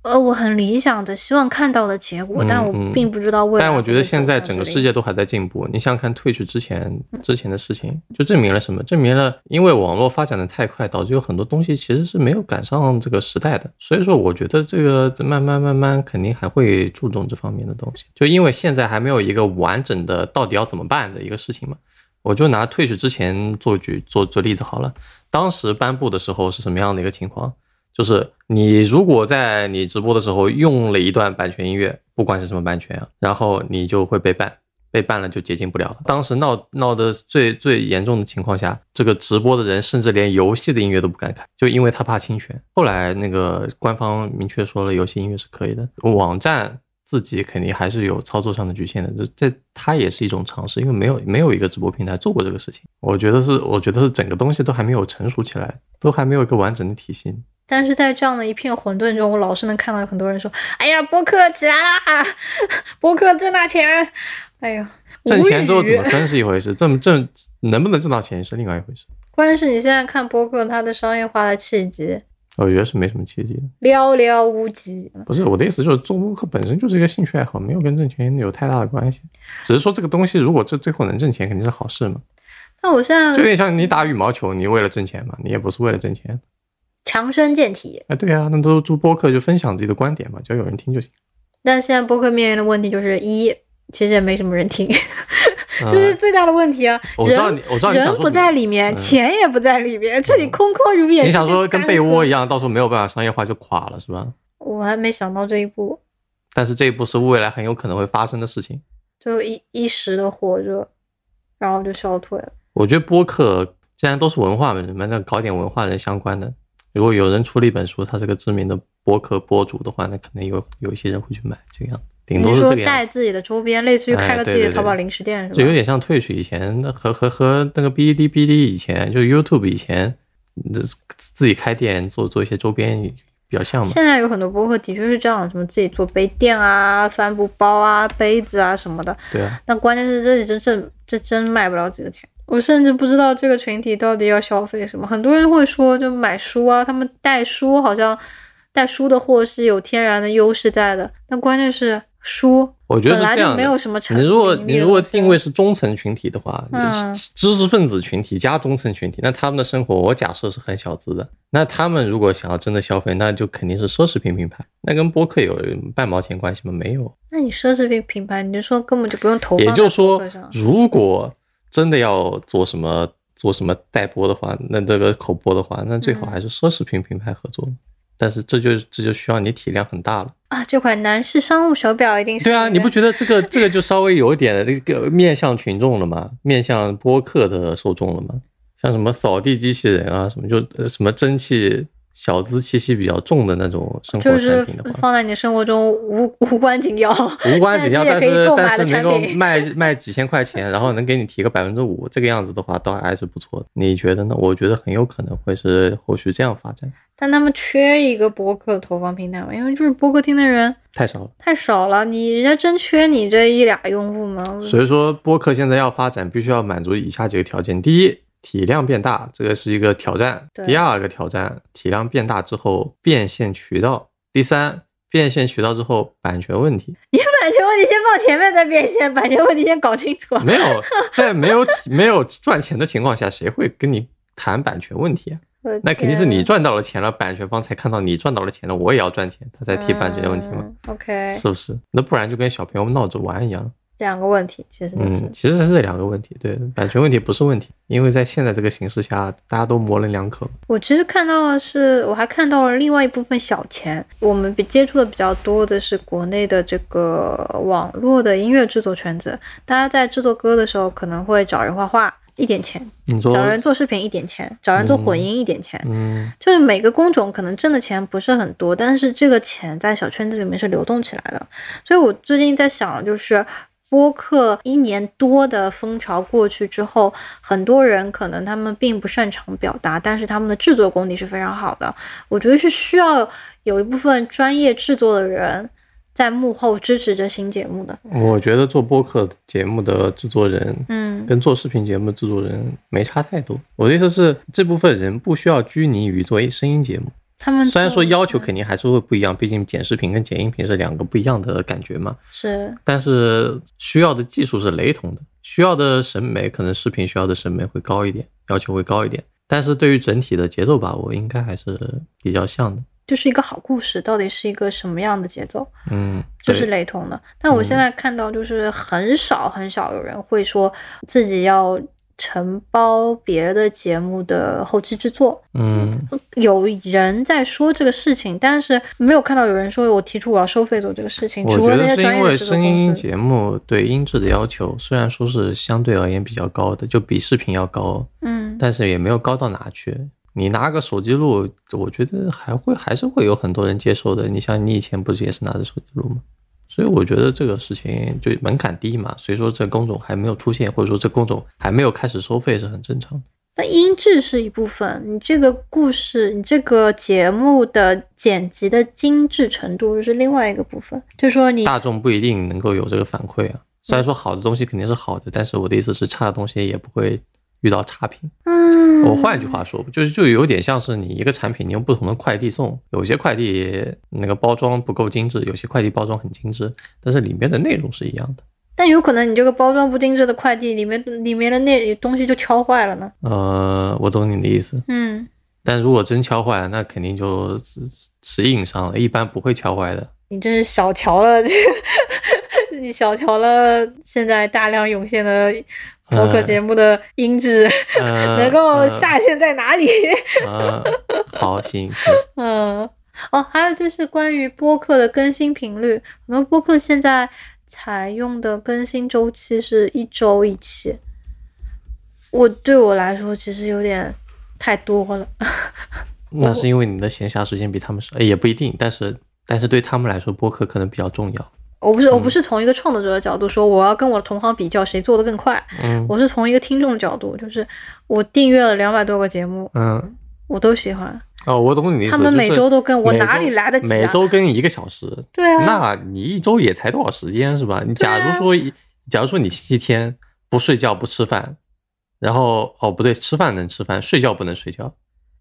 呃，我很理想的，希望看到的结果，嗯但我嗯并不知道未来。但我觉得现在整个世，界都还在进步。你想想看退去之前之前的事情，就证明了什么？证明了因为网络发展的太快，导致有很多东西其实是没有赶上这个时代的。所以说，我觉得这个慢慢慢慢肯定还会注重这方面的东西，就因为现在还没有一个完整的到底要怎么办的一个事情嘛。我就拿退去之前做举做做例子好了。当时颁布的时候是什么样的一个情况？就是你如果在你直播的时候用了一段版权音乐，不管是什么版权啊，然后你就会被办，被办了就解禁不了了。当时闹闹得最最严重的情况下，这个直播的人甚至连游戏的音乐都不敢开，就因为他怕侵权。后来那个官方明确说了，游戏音乐是可以的，网站。自己肯定还是有操作上的局限的，这这它也是一种尝试，因为没有没有一个直播平台做过这个事情。我觉得是，我觉得是整个东西都还没有成熟起来，都还没有一个完整的体系。但是在这样的一片混沌中，我老是能看到有很多人说：“哎呀，播客起来啦， 播客挣大钱。”哎呀，挣钱之后无语怎么分是一回事，挣挣能不能挣到钱是另外一回事。关键是你现在看播客，它的商业化的契机我觉得是没什么契机的。寥寥无几。不是我的意思，就是做播客本身就是一个兴趣爱好，没有跟挣钱有太大的关系。只是说这个东西，如果这最后能挣钱，肯定是好事嘛。那我现就有在点像你打羽毛球，你为了挣钱嘛，你也不是为了挣钱。强身健体，哎，对啊，那都做播客就分享自己的观点嘛，只要有人听就行。但现在播客面临的问题就是一，其实也没什么人听，嗯这是最大的问题啊。我知道人你，我知道你人想说什不么在里面，嗯钱也不在里面，这里空空如也。你想说跟被窝一样？样，到时候没有办法商业化就垮了是吧？我还没想到这一步，但是这一步是未来很有可能会发生的事情。就一一时的活着，然后就消退了。我觉得播客既然都是文化嘛，你们那搞点文化人相关的。如果有人出了一本书，他是个知名的播客博主的话，那可能有有一些人会去买这个样子，顶多你是说这个带样子。自己的周边，类似于哎开个对自己的对对淘宝零食店是就吧有？点像退去以前那和和和那个哔哩哔哩以前，就 YouTube 以前，那自己开店做做一些周边比较像嘛。现在有很多播客的确是这样，什么自己做杯垫啊、帆布包啊、杯子啊什么的。对啊，但关键是这里真正这真卖不了几个钱。我甚至不知道这个群体到底要消费什么。很多人会说，就买书啊，他们带书好像带书的货是有天然的优势在的。但关键是书我觉得是本来这样就的没有什么产你如果盈利你的如果东西定位是中层群体的话，嗯你是知识分子群体加中层群体，那他们的生活我假设是很小资的。那他们如果想要真的消费，那就肯定是奢侈品品牌。那跟播客有半毛钱关系吗？没有。那你奢侈品品牌，你就说根本就不用投放也在就是说博客上，如果真的要做什么做什么代播的话，那这个口播的话，那最好嗯还是奢侈品品牌合作。但是这就这就需要你体量很大了。啊，这款男士商务手表一定是对啊，们你不的觉得这个 这个就稍微有一点那个面向群众了吗？面向播客的受众了吗？像什么扫地机器人啊，什么就呃什么蒸汽小资气息比较重的那种生活就是产品的话，放在你的生活中无 无关紧要。无关紧要，但但是也可以是购买但的是产能够品卖卖几千块钱，然后能给你提个百分之五，这个样子的话，倒还是不错的。你觉得呢？我觉得很有可能会是后续这样发展，但他们缺一个播客投放平台嘛，因为就是播客听的人太少了。太少了，你人家真缺你这一俩用户吗？所以说，播客现在要发展，必须要满足以下几个条件：第一，体量变大，这个是一个挑战；对第二个挑战，体量变大之后变现渠道；第三，变现渠道之后版权问题。你版权问题先放前面再变现，版权问题先搞清楚。啊没有在没有没有赚钱的情况下，谁会跟你谈版权问题啊？我的那肯定是天你啊赚到了钱了，版权方才看到你赚到了钱了，我也要赚钱，他才提版权问题嘛，嗯 OK，是不是？那不然就跟小朋友闹着玩一样，两个问题，其实就是、嗯，其实是两个问题，对，版权问题不是问题，因为在现在这个形势下，大家都模棱两可。我其实看到的是，我还看到了另外一部分小钱。我们比接触的比较多的是国内的这个网络的音乐制作圈子，大家在制作歌的时候可能会找人画画一点钱，你说，找人做视频一点钱，找人做混音一点钱，嗯，就是每个工种可能挣的钱不是很多，但是这个钱在小圈子里面是流动起来的。所以我最近在想，就是播客一年多的风潮过去之后，很多人可能他们并不擅长表达，但是他们的制作功底是非常好的。我觉得是需要有一部分专业制作的人在幕后支持着新节目的。我觉得做播客节目的制作人嗯，跟做视频节目制作人没差太多。我的意思是，这部分人不需要拘泥于做一声音节目，他们虽然做说要求肯定还是会不一样，毕竟剪视频跟剪音频是两个不一样的感觉嘛。是但是需要的技术是雷同的，需要的审美可能视频需要的审美会高一点，要求会高一点。但是对于整体的节奏把握，应该还是比较像的。就是一个好故事，到底是一个什么样的节奏？嗯，这对，嗯是雷同的。但我现在看到，就是很少很少有人会说自己要承包别的节目的后期制作。嗯，有人在说这个事情，但是没有看到有人说我提出我要收费做这个事情。我除觉了那些得是专因业的为制作声公音司，节目对音质的要求，虽然说是相对而言比较高的，就比视频要高，嗯，但是也没有高到哪去。你拿个手机录，我觉得还会还是会有很多人接受的。你像你以前不是也是拿着手机录吗？所以我觉得这个事情就门槛低嘛，所以说这工种还没有出现，或者说这工种还没有开始收费是很正常的。但音质是一部分，你这个故事，你这个节目的剪辑的精致程度是另外一个部分。就说你大众不一定能够有这个反馈啊。虽然说好的东西肯定是好的，但是我的意思是差的东西也不会遇到差评。嗯，我换句话说，就是就有点像是你一个产品，你用不同的快递送，有些快递那个包装不够精致，有些快递包装很精致，但是里面的内容是一样的。但有可能你这个包装不精致的快递里面里面的那东西就敲坏了呢。呃，我懂你的意思，嗯，但如果真敲坏了，那肯定就是是硬伤了，一般不会敲坏的。你真是小瞧了 这个，你小瞧了现在大量涌现的播客节目的音质、呃 能够下线在哪里。 呃，呃好，行行，嗯，哦，还有就是关于播客的更新频率，很多播客现在采用的更新周期是一周一期。我对我来说其实有点太多了。那是因为你的闲暇时间比他们少，哎也不一定，但是但是对他们来说，播客可能比较重要。我不是嗯我不是从一个创作者的角度说我要跟我的同行比较谁做的更快，嗯我是从一个听众的角度，就是我订阅了两百多个节目，嗯，我都喜欢，哦，我懂你的意思。他们每就是周都跟我每哪周里来得及啊每周更一个小时，对啊，那你一周也才多少时间是吧？你假如说一，假如说你星期天不睡觉不吃饭，然后哦不对，吃饭能吃饭，睡觉不能睡觉，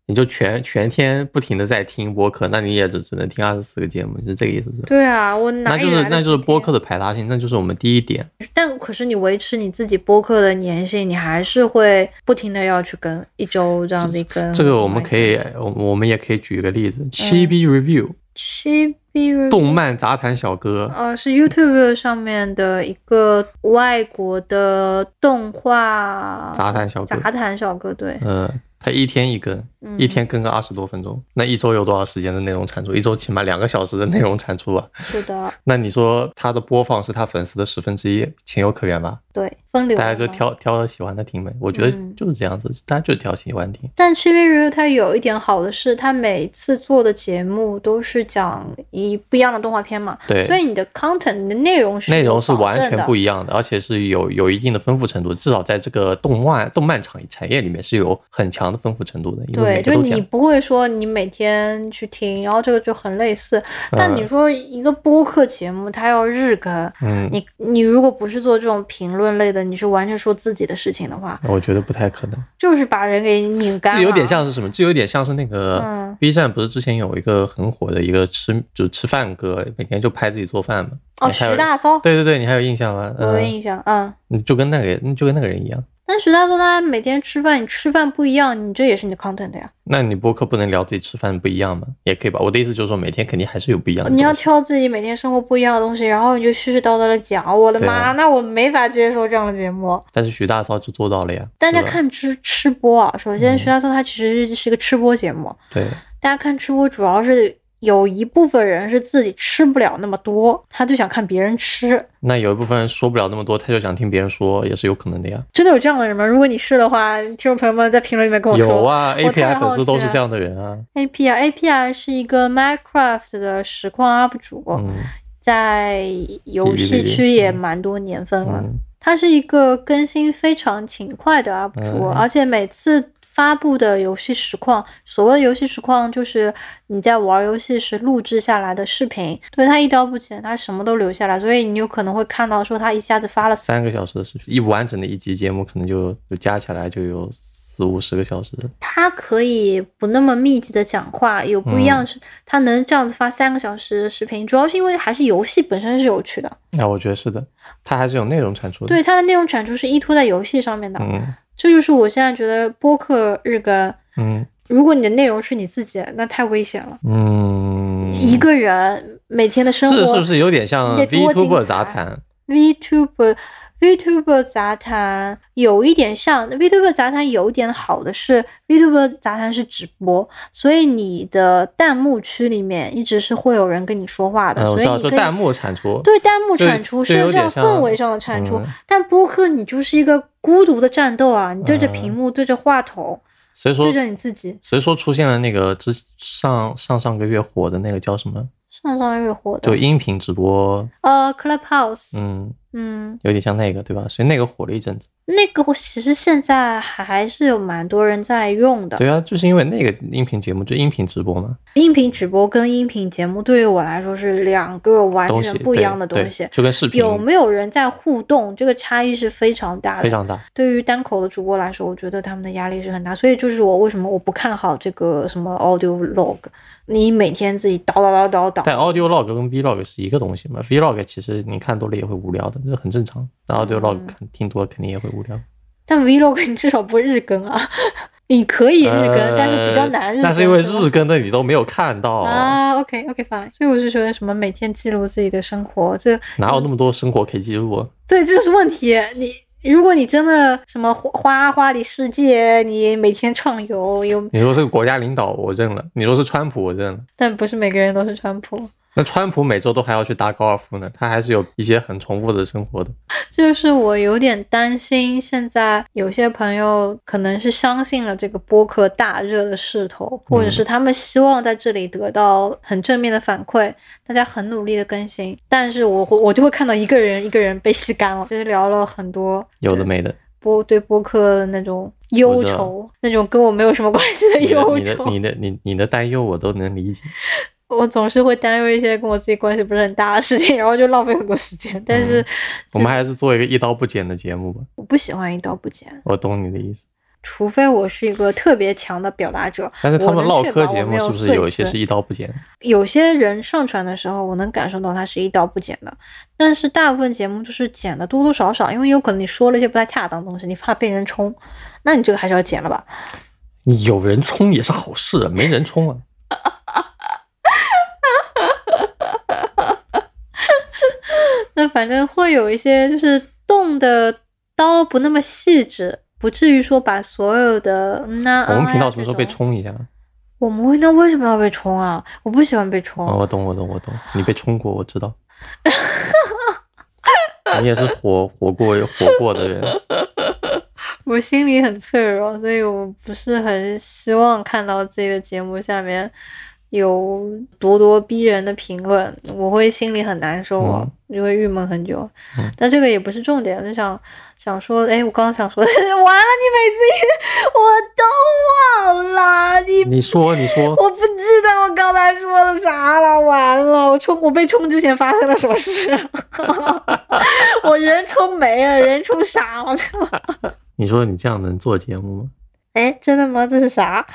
你就全全天不停的在听播客，那你也只只能听二十四个节目，是这个意思是吧？对啊，我哪那里就是来得那就是及播客的排他性，那就是我们第一点。听，但可是你维持你自己播客的粘性，你还是会不停的要去跟一周这样子跟这个我们可以，我我们也可以举一个例嗯子，Chibi Review 去 B 动漫杂谈小哥，呃，是 YouTube 上面的一个外国的动画杂谈小哥杂谈小哥，对，呃，他一天一更，嗯一天更个二十多分钟，那一周有多少时间的内容产出？一周起码两个小时的内容产出吧。是的，那你说他的播放是他粉丝的十分之一，情有可原吧？对，分流大家了就嘛挑挑喜欢的听呗。我觉得嗯就是这样子，大家就挑喜欢听。但 c h i v Review 它有一点好的是，它每次做的节目都是讲一不一样的动画片嘛，所对，以你的 content 你的内容是内容是完全不一一样的，而且是有有一定的丰富程度，至少在这个动漫动漫产产业里面是有很强的丰富程度的，因为对，每就个是都这你样。不会说你每天去听，然后这个就很类似。但嗯你说一个播客节目，它要日更，嗯，你你如果不是做这种评论类的，你是完全说自己的事情的话，我觉得不太可能。就是把人给拧干了。啊这有点像是什么？这有点像是那个嗯 B 站，不是之前有一个很火的一个吃就吃饭歌，每天就拍自己做饭嘛。哦，你还有徐大骚，对对对，你还有印象吗？我有嗯，印象，嗯。你就跟那个就跟那个人一样，但徐大头他每天吃饭，你吃饭不一样，你这也是你的 content 呀。那你播客不能聊自己吃饭不一样吗？也可以吧。我的意思就是说，每天肯定还是有不一样的东你西。要挑自己每天生活不一样的东西，然后你就絮絮叨叨的讲，我的对啊妈，那我没法接受这样的节目。但是徐大嫂就做到了呀。大家是吧看吃吃播啊，首先嗯徐大头他其实是一个吃播节目，对，大家看吃播主要是有一部分人是自己吃不了那么多，他就想看别人吃。那有一部分人说不了那么多，他就想听别人说，也是有可能的呀。真的有这样的人吗？如果你是的话，听众朋友们在评论里面跟我说。有啊我太，API 好粉丝都奇是了这样的人啊。 ，AP 啊，AP 啊是一个 Minecraft 的实况 UP 主，嗯在游戏区也蛮多年份了。嗯，他是一个更新非常勤快的 UP 主，嗯而且每次发布的游戏实况，所谓的游戏实况就是你在玩游戏时录制下来的视频，对他一刀不剪，他什么都留下来，所以你有可能会看到说他一下子发了三。三个小时的视频，一完整的一集节目，可能就就加起来就有四五十个小时。他可以不那么密集的讲话，有不一嗯样是，他能这样子发三个小时的视频，主要是因为还是游戏本身是有趣的，那我觉得是的，它还是有内容产出的。对他的内容产出是依托在游戏上面的，嗯这就是我现在觉得播客日更，嗯如果你的内容是你自己，那太危险了。嗯，一个人每天的生活，这是不是有点像也多精 VTuber 彩杂谈？ VTuber VTuber 杂谈有一点像 VTuber 杂谈有一点好的是 VTuber 杂谈是直播，所以你的弹幕区里面一直是会有人跟你说话的，嗯，所我知以道，你就可以弹幕产出。对弹幕产出就是有这样点像氛围上的产出，嗯但播客你就是一个孤独的战斗啊，你对着嗯屏幕，对着话筒，所以说对着你自己，所以说出现了那个之上上上个月火的那个叫什么？上上月火就的音频直播，呃 Clubhouse，嗯，嗯有点像那个，对吧？所以那个火了一阵子。那个我其实现在还还是有蛮多人在用的。对啊，就是因为那个音频节目，就音频直播嘛，音频直播跟音频节目对于我来说是两个完东全西不一对样的对东西。就跟视频有没有人在互动，这个差异是非常大的。非常大。对于单口的主播来说，我觉得他们的压力是很大。所以就是我为什么我不看好这个什么 audio log，你每天自己叨叨叨叨叨。但 audio log 跟 vlog 是一个东西嘛，vlog 其实你看多了也会无聊的，这很正常。然后 audio log 嗯看听多了肯定也会无聊。但 vlog 你至少不日更啊， 你可以日更，呃但是比较难日更。但是因为是吧日更的你都没有看到，啊，OK OK fine，所以我是觉得什么每天记录自己的生活，这哪有那么多生活可以记录啊？对这就是问题。你如果你真的什么花花花里世界，你每天畅游，有你说是个国家领导，我认了；你说是川普，我认了。但不是每个人都是川普，那川普每周都还要去打高尔夫呢，他还是有一些很重复的生活的。这就是我有点担心。现在有些朋友可能是相信了这个播客大热的势头，或者是他们希望在这里得到很正面的反馈，大家很努力的更新，但是我我就会看到一个人一个人被吸干了，就是聊了很多有的没的，播对播客的那种忧我知道愁，那种跟我没有什么关系的你的忧你的愁，你的你你的担忧我都能理解。我总是会担忧一些跟我自己关系不是很大的事情，然后就浪费很多时间。但嗯是我们还是做一个一刀不剪的节目吧。我不喜欢一刀不剪，我懂你的意思，除非我是一个特别强的表达者。但是他我们能唠确嗑保节我目没是有不是有碎一些字是一刀不剪？有些人上传的时候，我能感受到他是一刀不剪的，但是大部分节目就是剪的多多少少，因为有可能你说了一些不太恰当的东西，你怕被人冲，那你这个还是要剪了吧。你有人冲也是好事啊，没人冲 啊。那反正会有一些就是动的刀不那么细致，不至于说把所有的嗯那我嗯们啊频道呀什么时这候被种？冲一下？我们频道为什么要被冲啊？我不喜欢被冲。啊，我懂，我懂，我懂。你被冲过，我知道。 你也是火火过火过的人，我心里很脆弱，所以我不是很希望看到自己的节目下面有咄咄逼人的评论，我会心里很难受啊，就会郁闷很久。嗯但这个也不是重点，我就想想说，哎，我刚刚想说 的是，完了，你每次一 我都忘了 你。你说你说，我不记得我刚才说了啥了，完了，我冲我被冲之前发生了什么事？ 我人冲没了，人冲啥了？你说你这样能做节目吗？ 哎，真的吗？这是啥？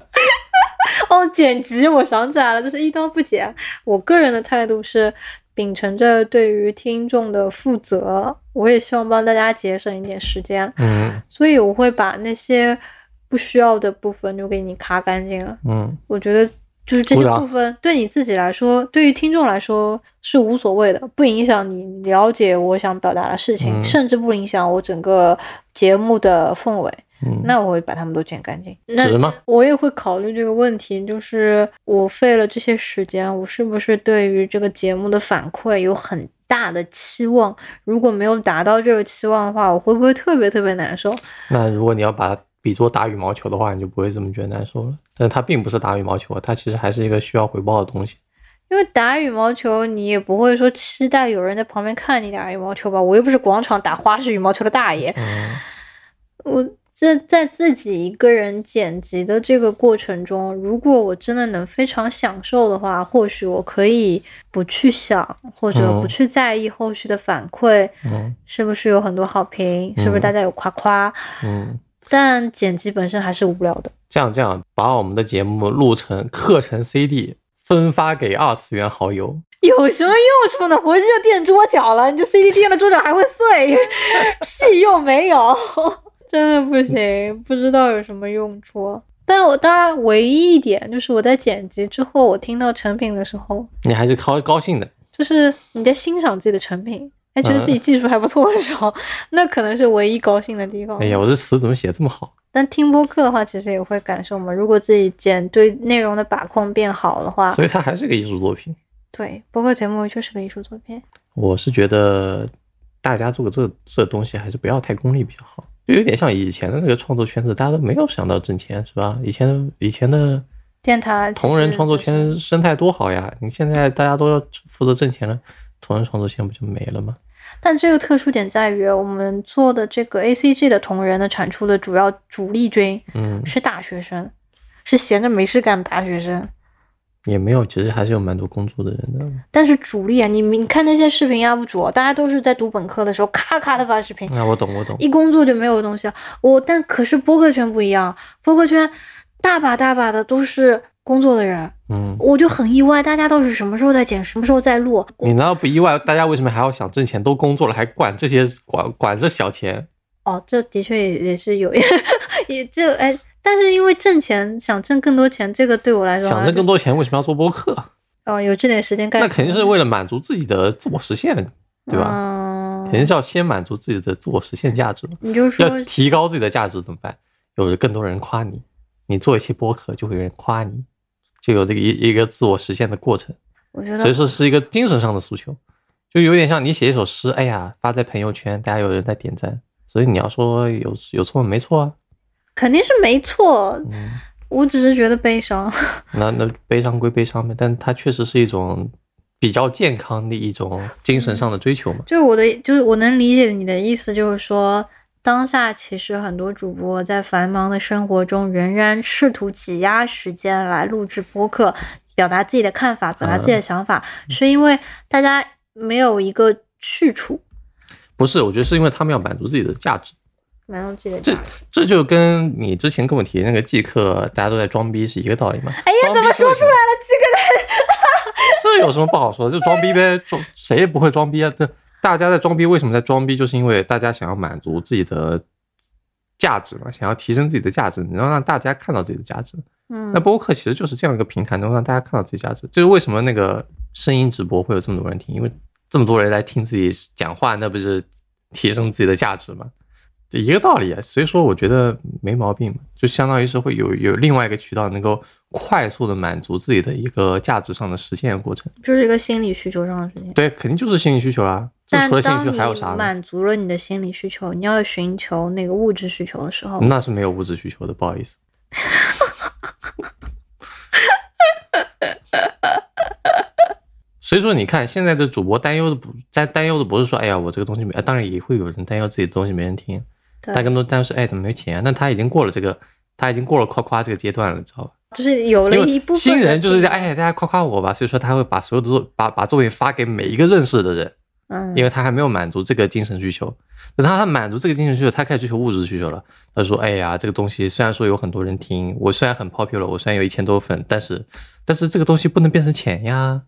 哦，剪辑，我想起来了，就是一刀不剪。我个人的态度是秉承着对于听众的负责我也希望帮大家节省一点时间，嗯所以我会把那些不需要的部分就给你卡干净了。嗯，我觉得就是这鼓些掌部分对你自己来说，对于听众来说是无所谓的，不影响你了解我想表达的事情，嗯甚至不影响我整个节目的氛围。嗯那我会把它们都剪干净。那值吗？我也会考虑这个问题，就是我费了这些时间，我是不是对于这个节目的反馈有很大的期望？如果没有达到这个期望的话，我会不会特别特别难受？那如果你要把它比作打羽毛球的话，你就不会这么觉得难受了。但它并不是打羽毛球，啊它其实还是一个需要回报的东西。因为打羽毛球，你也不会说期待有人在旁边看你打羽毛球吧？我又不是广场打花式羽毛球的大爷。嗯我这在自己一个人剪辑的这个过程中，如果我真的能非常享受的话，或许我可以不去想，或者嗯不去在意后续的反馈，嗯是不是有很多好评，是不是大家有夸夸？嗯，但剪辑本身还是无聊的。这样这样，把我们的节目录成课程 CD，分发给二次元好友。 有什么用处呢？回去就垫桌角了，你这 CD 垫了桌角还会碎，屁 用没有，真的不行，不知道有什么用处。但我当然唯一一点就是我在剪辑之后，我听到成品的时候，你还是高高兴的，就是你在欣赏自己的成品，还觉得自嗯己技术还不错的时候， 那可能是唯一高兴的地方。哎呀，我这词怎么写这么好？但听播客的话，其实也会感受嘛。如果自己剪对内容的把控变好的话，所以它还是个艺术作品。对播客节目就是个艺术作品。我是觉得大家做这这东西还是不要太功利比较好，就有点像以前的那个创作圈子，大家都没有想到挣钱，是吧？以前以前的电台其同人实创作就是圈生态多好呀！你现在大家都要负责挣钱了，同人创作圈不就没了吗？但这个特殊点在于，我们做的这个 A C G 的同人的产出的主要主力军嗯，是大学生，是闲着没事干的大学生。也没有，其实还是有蛮多工作的人的。但是主力啊，你你看那些视频 UP 主，大家都是在读本科的时候咔咔的发视频，啊那我懂，我懂。一工作就没有东西了。啊我、但可是播客圈不一样，播客圈大把大把的都是工作的人，嗯，我就很意外，大家到底什么时候在剪，什么时候在录？你难道不意外？大家为什么还要想挣钱？都工作了还管这些管管这小钱？哦，这的确也也是有，也这哎，但是因为挣钱想挣更多钱，这个对我来说好想像挣更就多钱，为什么要做播客？哦，有这点时间概那念，肯定是为了满足自己的自我实现，对吧？嗯肯定是要先满足自己的自我实现价值嘛。你就说要提高自己的价值怎么办？有更多人夸你，你做一期播客就会有人夸你，就有这个一一个自我实现的过程。我觉所以得说是一个精神上的诉求，就有点像你写一首诗，哎呀，发在朋友圈，大家有人在点赞，所以你要说有有错吗没错啊，肯定是没错，嗯，我只是觉得悲伤。 那那悲伤归悲伤呗，但它确实是一种比较健康的一种精神上的追求嘛。就是我的，就是我能理解你的意思，就是说，当下其实很多主播在繁忙的生活中，仍然试图挤压时间来录制播客，表达自己的看法，表达自嗯己的想法，是因为大家没有一个去处，不是，我觉得是因为他们要满足自己的价值，蛮有自己的这价值。这就跟你之前跟我提那个即刻大家都在装逼是一个道理嘛。哎呀怎么说出来了？即刻这有什么不好说的？就装逼呗，装谁也不会装逼啊。这大家在装逼，为什么在装逼？就是因为大家想要满足自己的价值嘛，想要提升自己的价值，能让大家看到自己的价值。嗯那，播客其实就是这样一个平台，能让大家看到自己价值。这是为什么那个声音直播会有这么多人听，因为这么多人来听自己讲话，那不是提升自己的价值吗？这一个道理啊。所以说，我觉得没毛病嘛，就相当于是会有有另外一个渠道能够快速的满足自己的一个价值上的实现过程。就是一个心理需求上的事情。对，肯定就是心理需求啊。这但除了心理当需求你还有啥呢？满足了你的心理需求，你要寻求那个物质需求的时候，那是没有物质需求的，不 好意思。所以说，你看现在的主播担忧的不担担忧的不是说，哎呀，我这个东西没，啊当然也会有人担忧自己的东西没人听，对但更多担忧是，哎，怎么没钱、啊？那他已经过了这个，他已经过了夸夸这个阶段了，知道吧？就是有了因一部为分新的人就是定在，哎，大家夸夸我吧，所以说他会把所有的作把把作品发给每一个认识的人，嗯，因为他还没有满足这个精神需求。等他满足这个精神需求，他开始追求物质需求了。他说：“哎呀，这个东西虽然说有很多人听，我虽然很 popular，我虽然有一千多粉，但是但是这个东西不能变成钱呀。”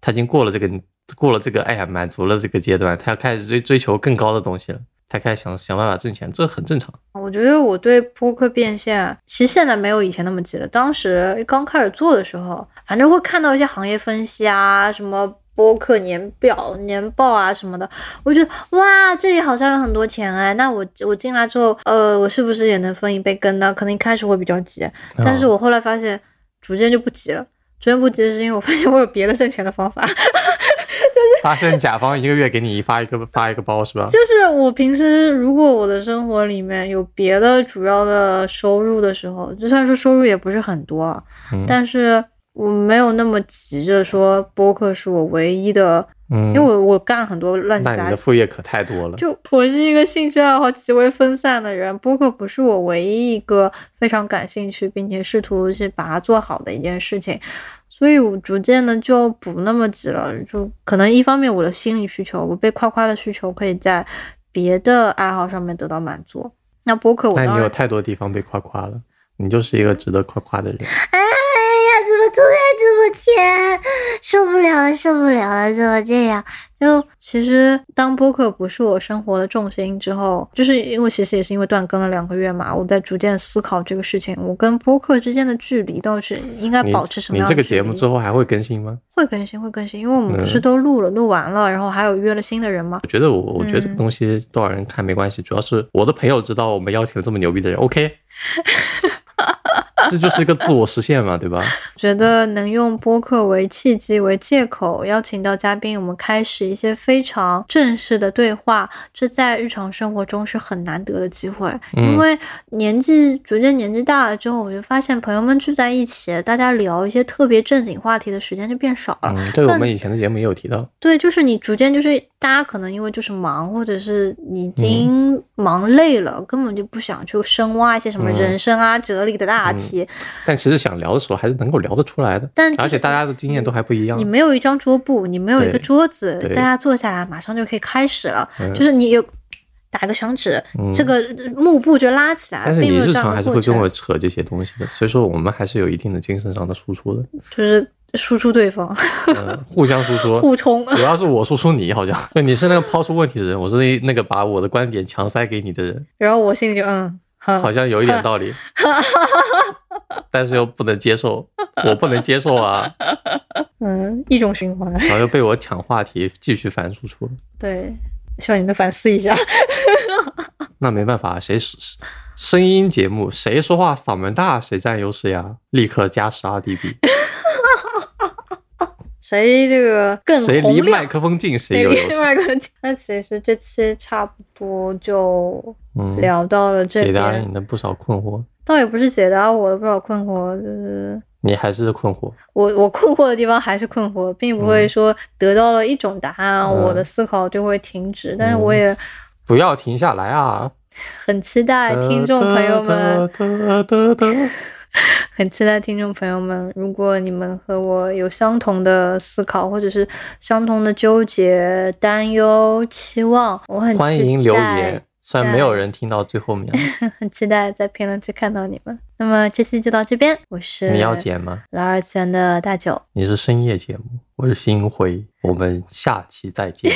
他已经过了这个过了这个，哎呀，满足了这个阶段，他要开始追追求更高的东西了，他开始想想办法挣钱，这很正常。我觉得我对扑克变现，啊其实现在没有以前那么急了。当时刚开始做的时候，反正会看到一些行业分析啊，什么播客年表、年报啊什么的，我觉得哇，这里好像有很多钱哎，那我我进来之后，呃，我是不是也能分一杯羹呢？可能一开始会比较急， 但是啊我后来发现，逐渐就不急了。逐渐不急是因为我发现我有别的挣钱的方法。 啊发生甲方一个月给你发一个发一个包是吧？就是我平时如果我的生活里面有别的主要的收入的时候，就算说收入也不是很多啊，嗯但是我没有那么急着说播客是我唯一的，嗯因为我我干很多乱七那你八糟。的副业可太多了。就我是一个兴趣爱好极为分散的人，播客不是我唯一一个非常感兴趣并且试图去把它做好的一件事情，所以我逐渐的就不那么急了。就可能一方面我的心理需求，我被夸夸的需求可以在别的爱好上面得到满足。那播客我但当你有然太多地方被夸夸了，你就是一个值得夸夸的人。哎呀，怎么突然这么甜？受不了了，受不了了，怎么这样？就其实当播客不是我生活的重心之后，就是因为其实也是因为断更了两个月嘛，我在逐渐思考这个事情，我跟播客之间的距离到底是应该你保持什么你样这的距离？个节目之后还会更新吗？会更新，会更新，因为我们不是嗯都录了，录完了，然后还有约了新的人嘛我。觉得我我觉得这个嗯东西多少人看没关系，主要是我的朋友知道我们邀请了这么牛逼的人，OK，这就是一个自我实现嘛， 对吧？觉得能用播客为契机、为借口，邀请到嘉宾，我们开始一些非常正式的对话，这在日常生活中是很难得的机会。嗯因为年纪逐渐年纪大了之后，我就发现朋友们聚在一起，大家聊一些特别正经话题的时间就变少了。嗯，这个我们以前的节目也有提到，对，就是你逐渐就是大家可能因为就是嗯忙，或者是你已经忙累了，根本就不想去深挖一些什么嗯人生啊、哲理的大题。但其实想聊的时候还是能够聊得出来的，但就是而且大家的经验都还不一样你。没有一张桌布，你没有一个对桌子，对大家坐下来马上就可以开始了。嗯就是你有打个响指，嗯这个幕布就拉起来，但是并没你有这日样常的还是过会跟程。我扯这些东西的，所以说我们还是有一定的精神上的输出的，就是输出对方， 呃，互相输出，互冲。主要是我输出你，好像 对你是那个抛出问题的人，我是那那个把我的观点强塞给你的人，然后我心里就嗯，好好像有一点道 理，但是又不能接受，我不能接受啊，嗯，一种 循环。然后又被我抢话题，继续反输出，对，希望你能反思一下。 那没办法，谁是声音节目谁说话嗓门大谁占优势呀，立刻加十二 dB，谁这个更谁洪离亮麦克风近谁谁有优离势，麦克风 近？那其实这期差不多就嗯，聊到了这解答了边，你的不少困惑，倒也不是解答我的不少困惑，就是你还是困惑，我我困惑的地方还是困惑，并不嗯会说得到了一种答案，我的思考就会停止。但是嗯我也不要停下来啊，很期待哎听众朋友们， 哒哒哒哒哒很期待听众朋友们，如果你们和我有相同的思考，或者是相同的纠结、担忧、期望，我很期待欢迎留言，，虽然没有在人听到最 后面，很期待在评论区看到你们。那么这期就到这边，我是你要剪吗？老二次元的大九，你是深夜节目，我是星辉，我们下期再见。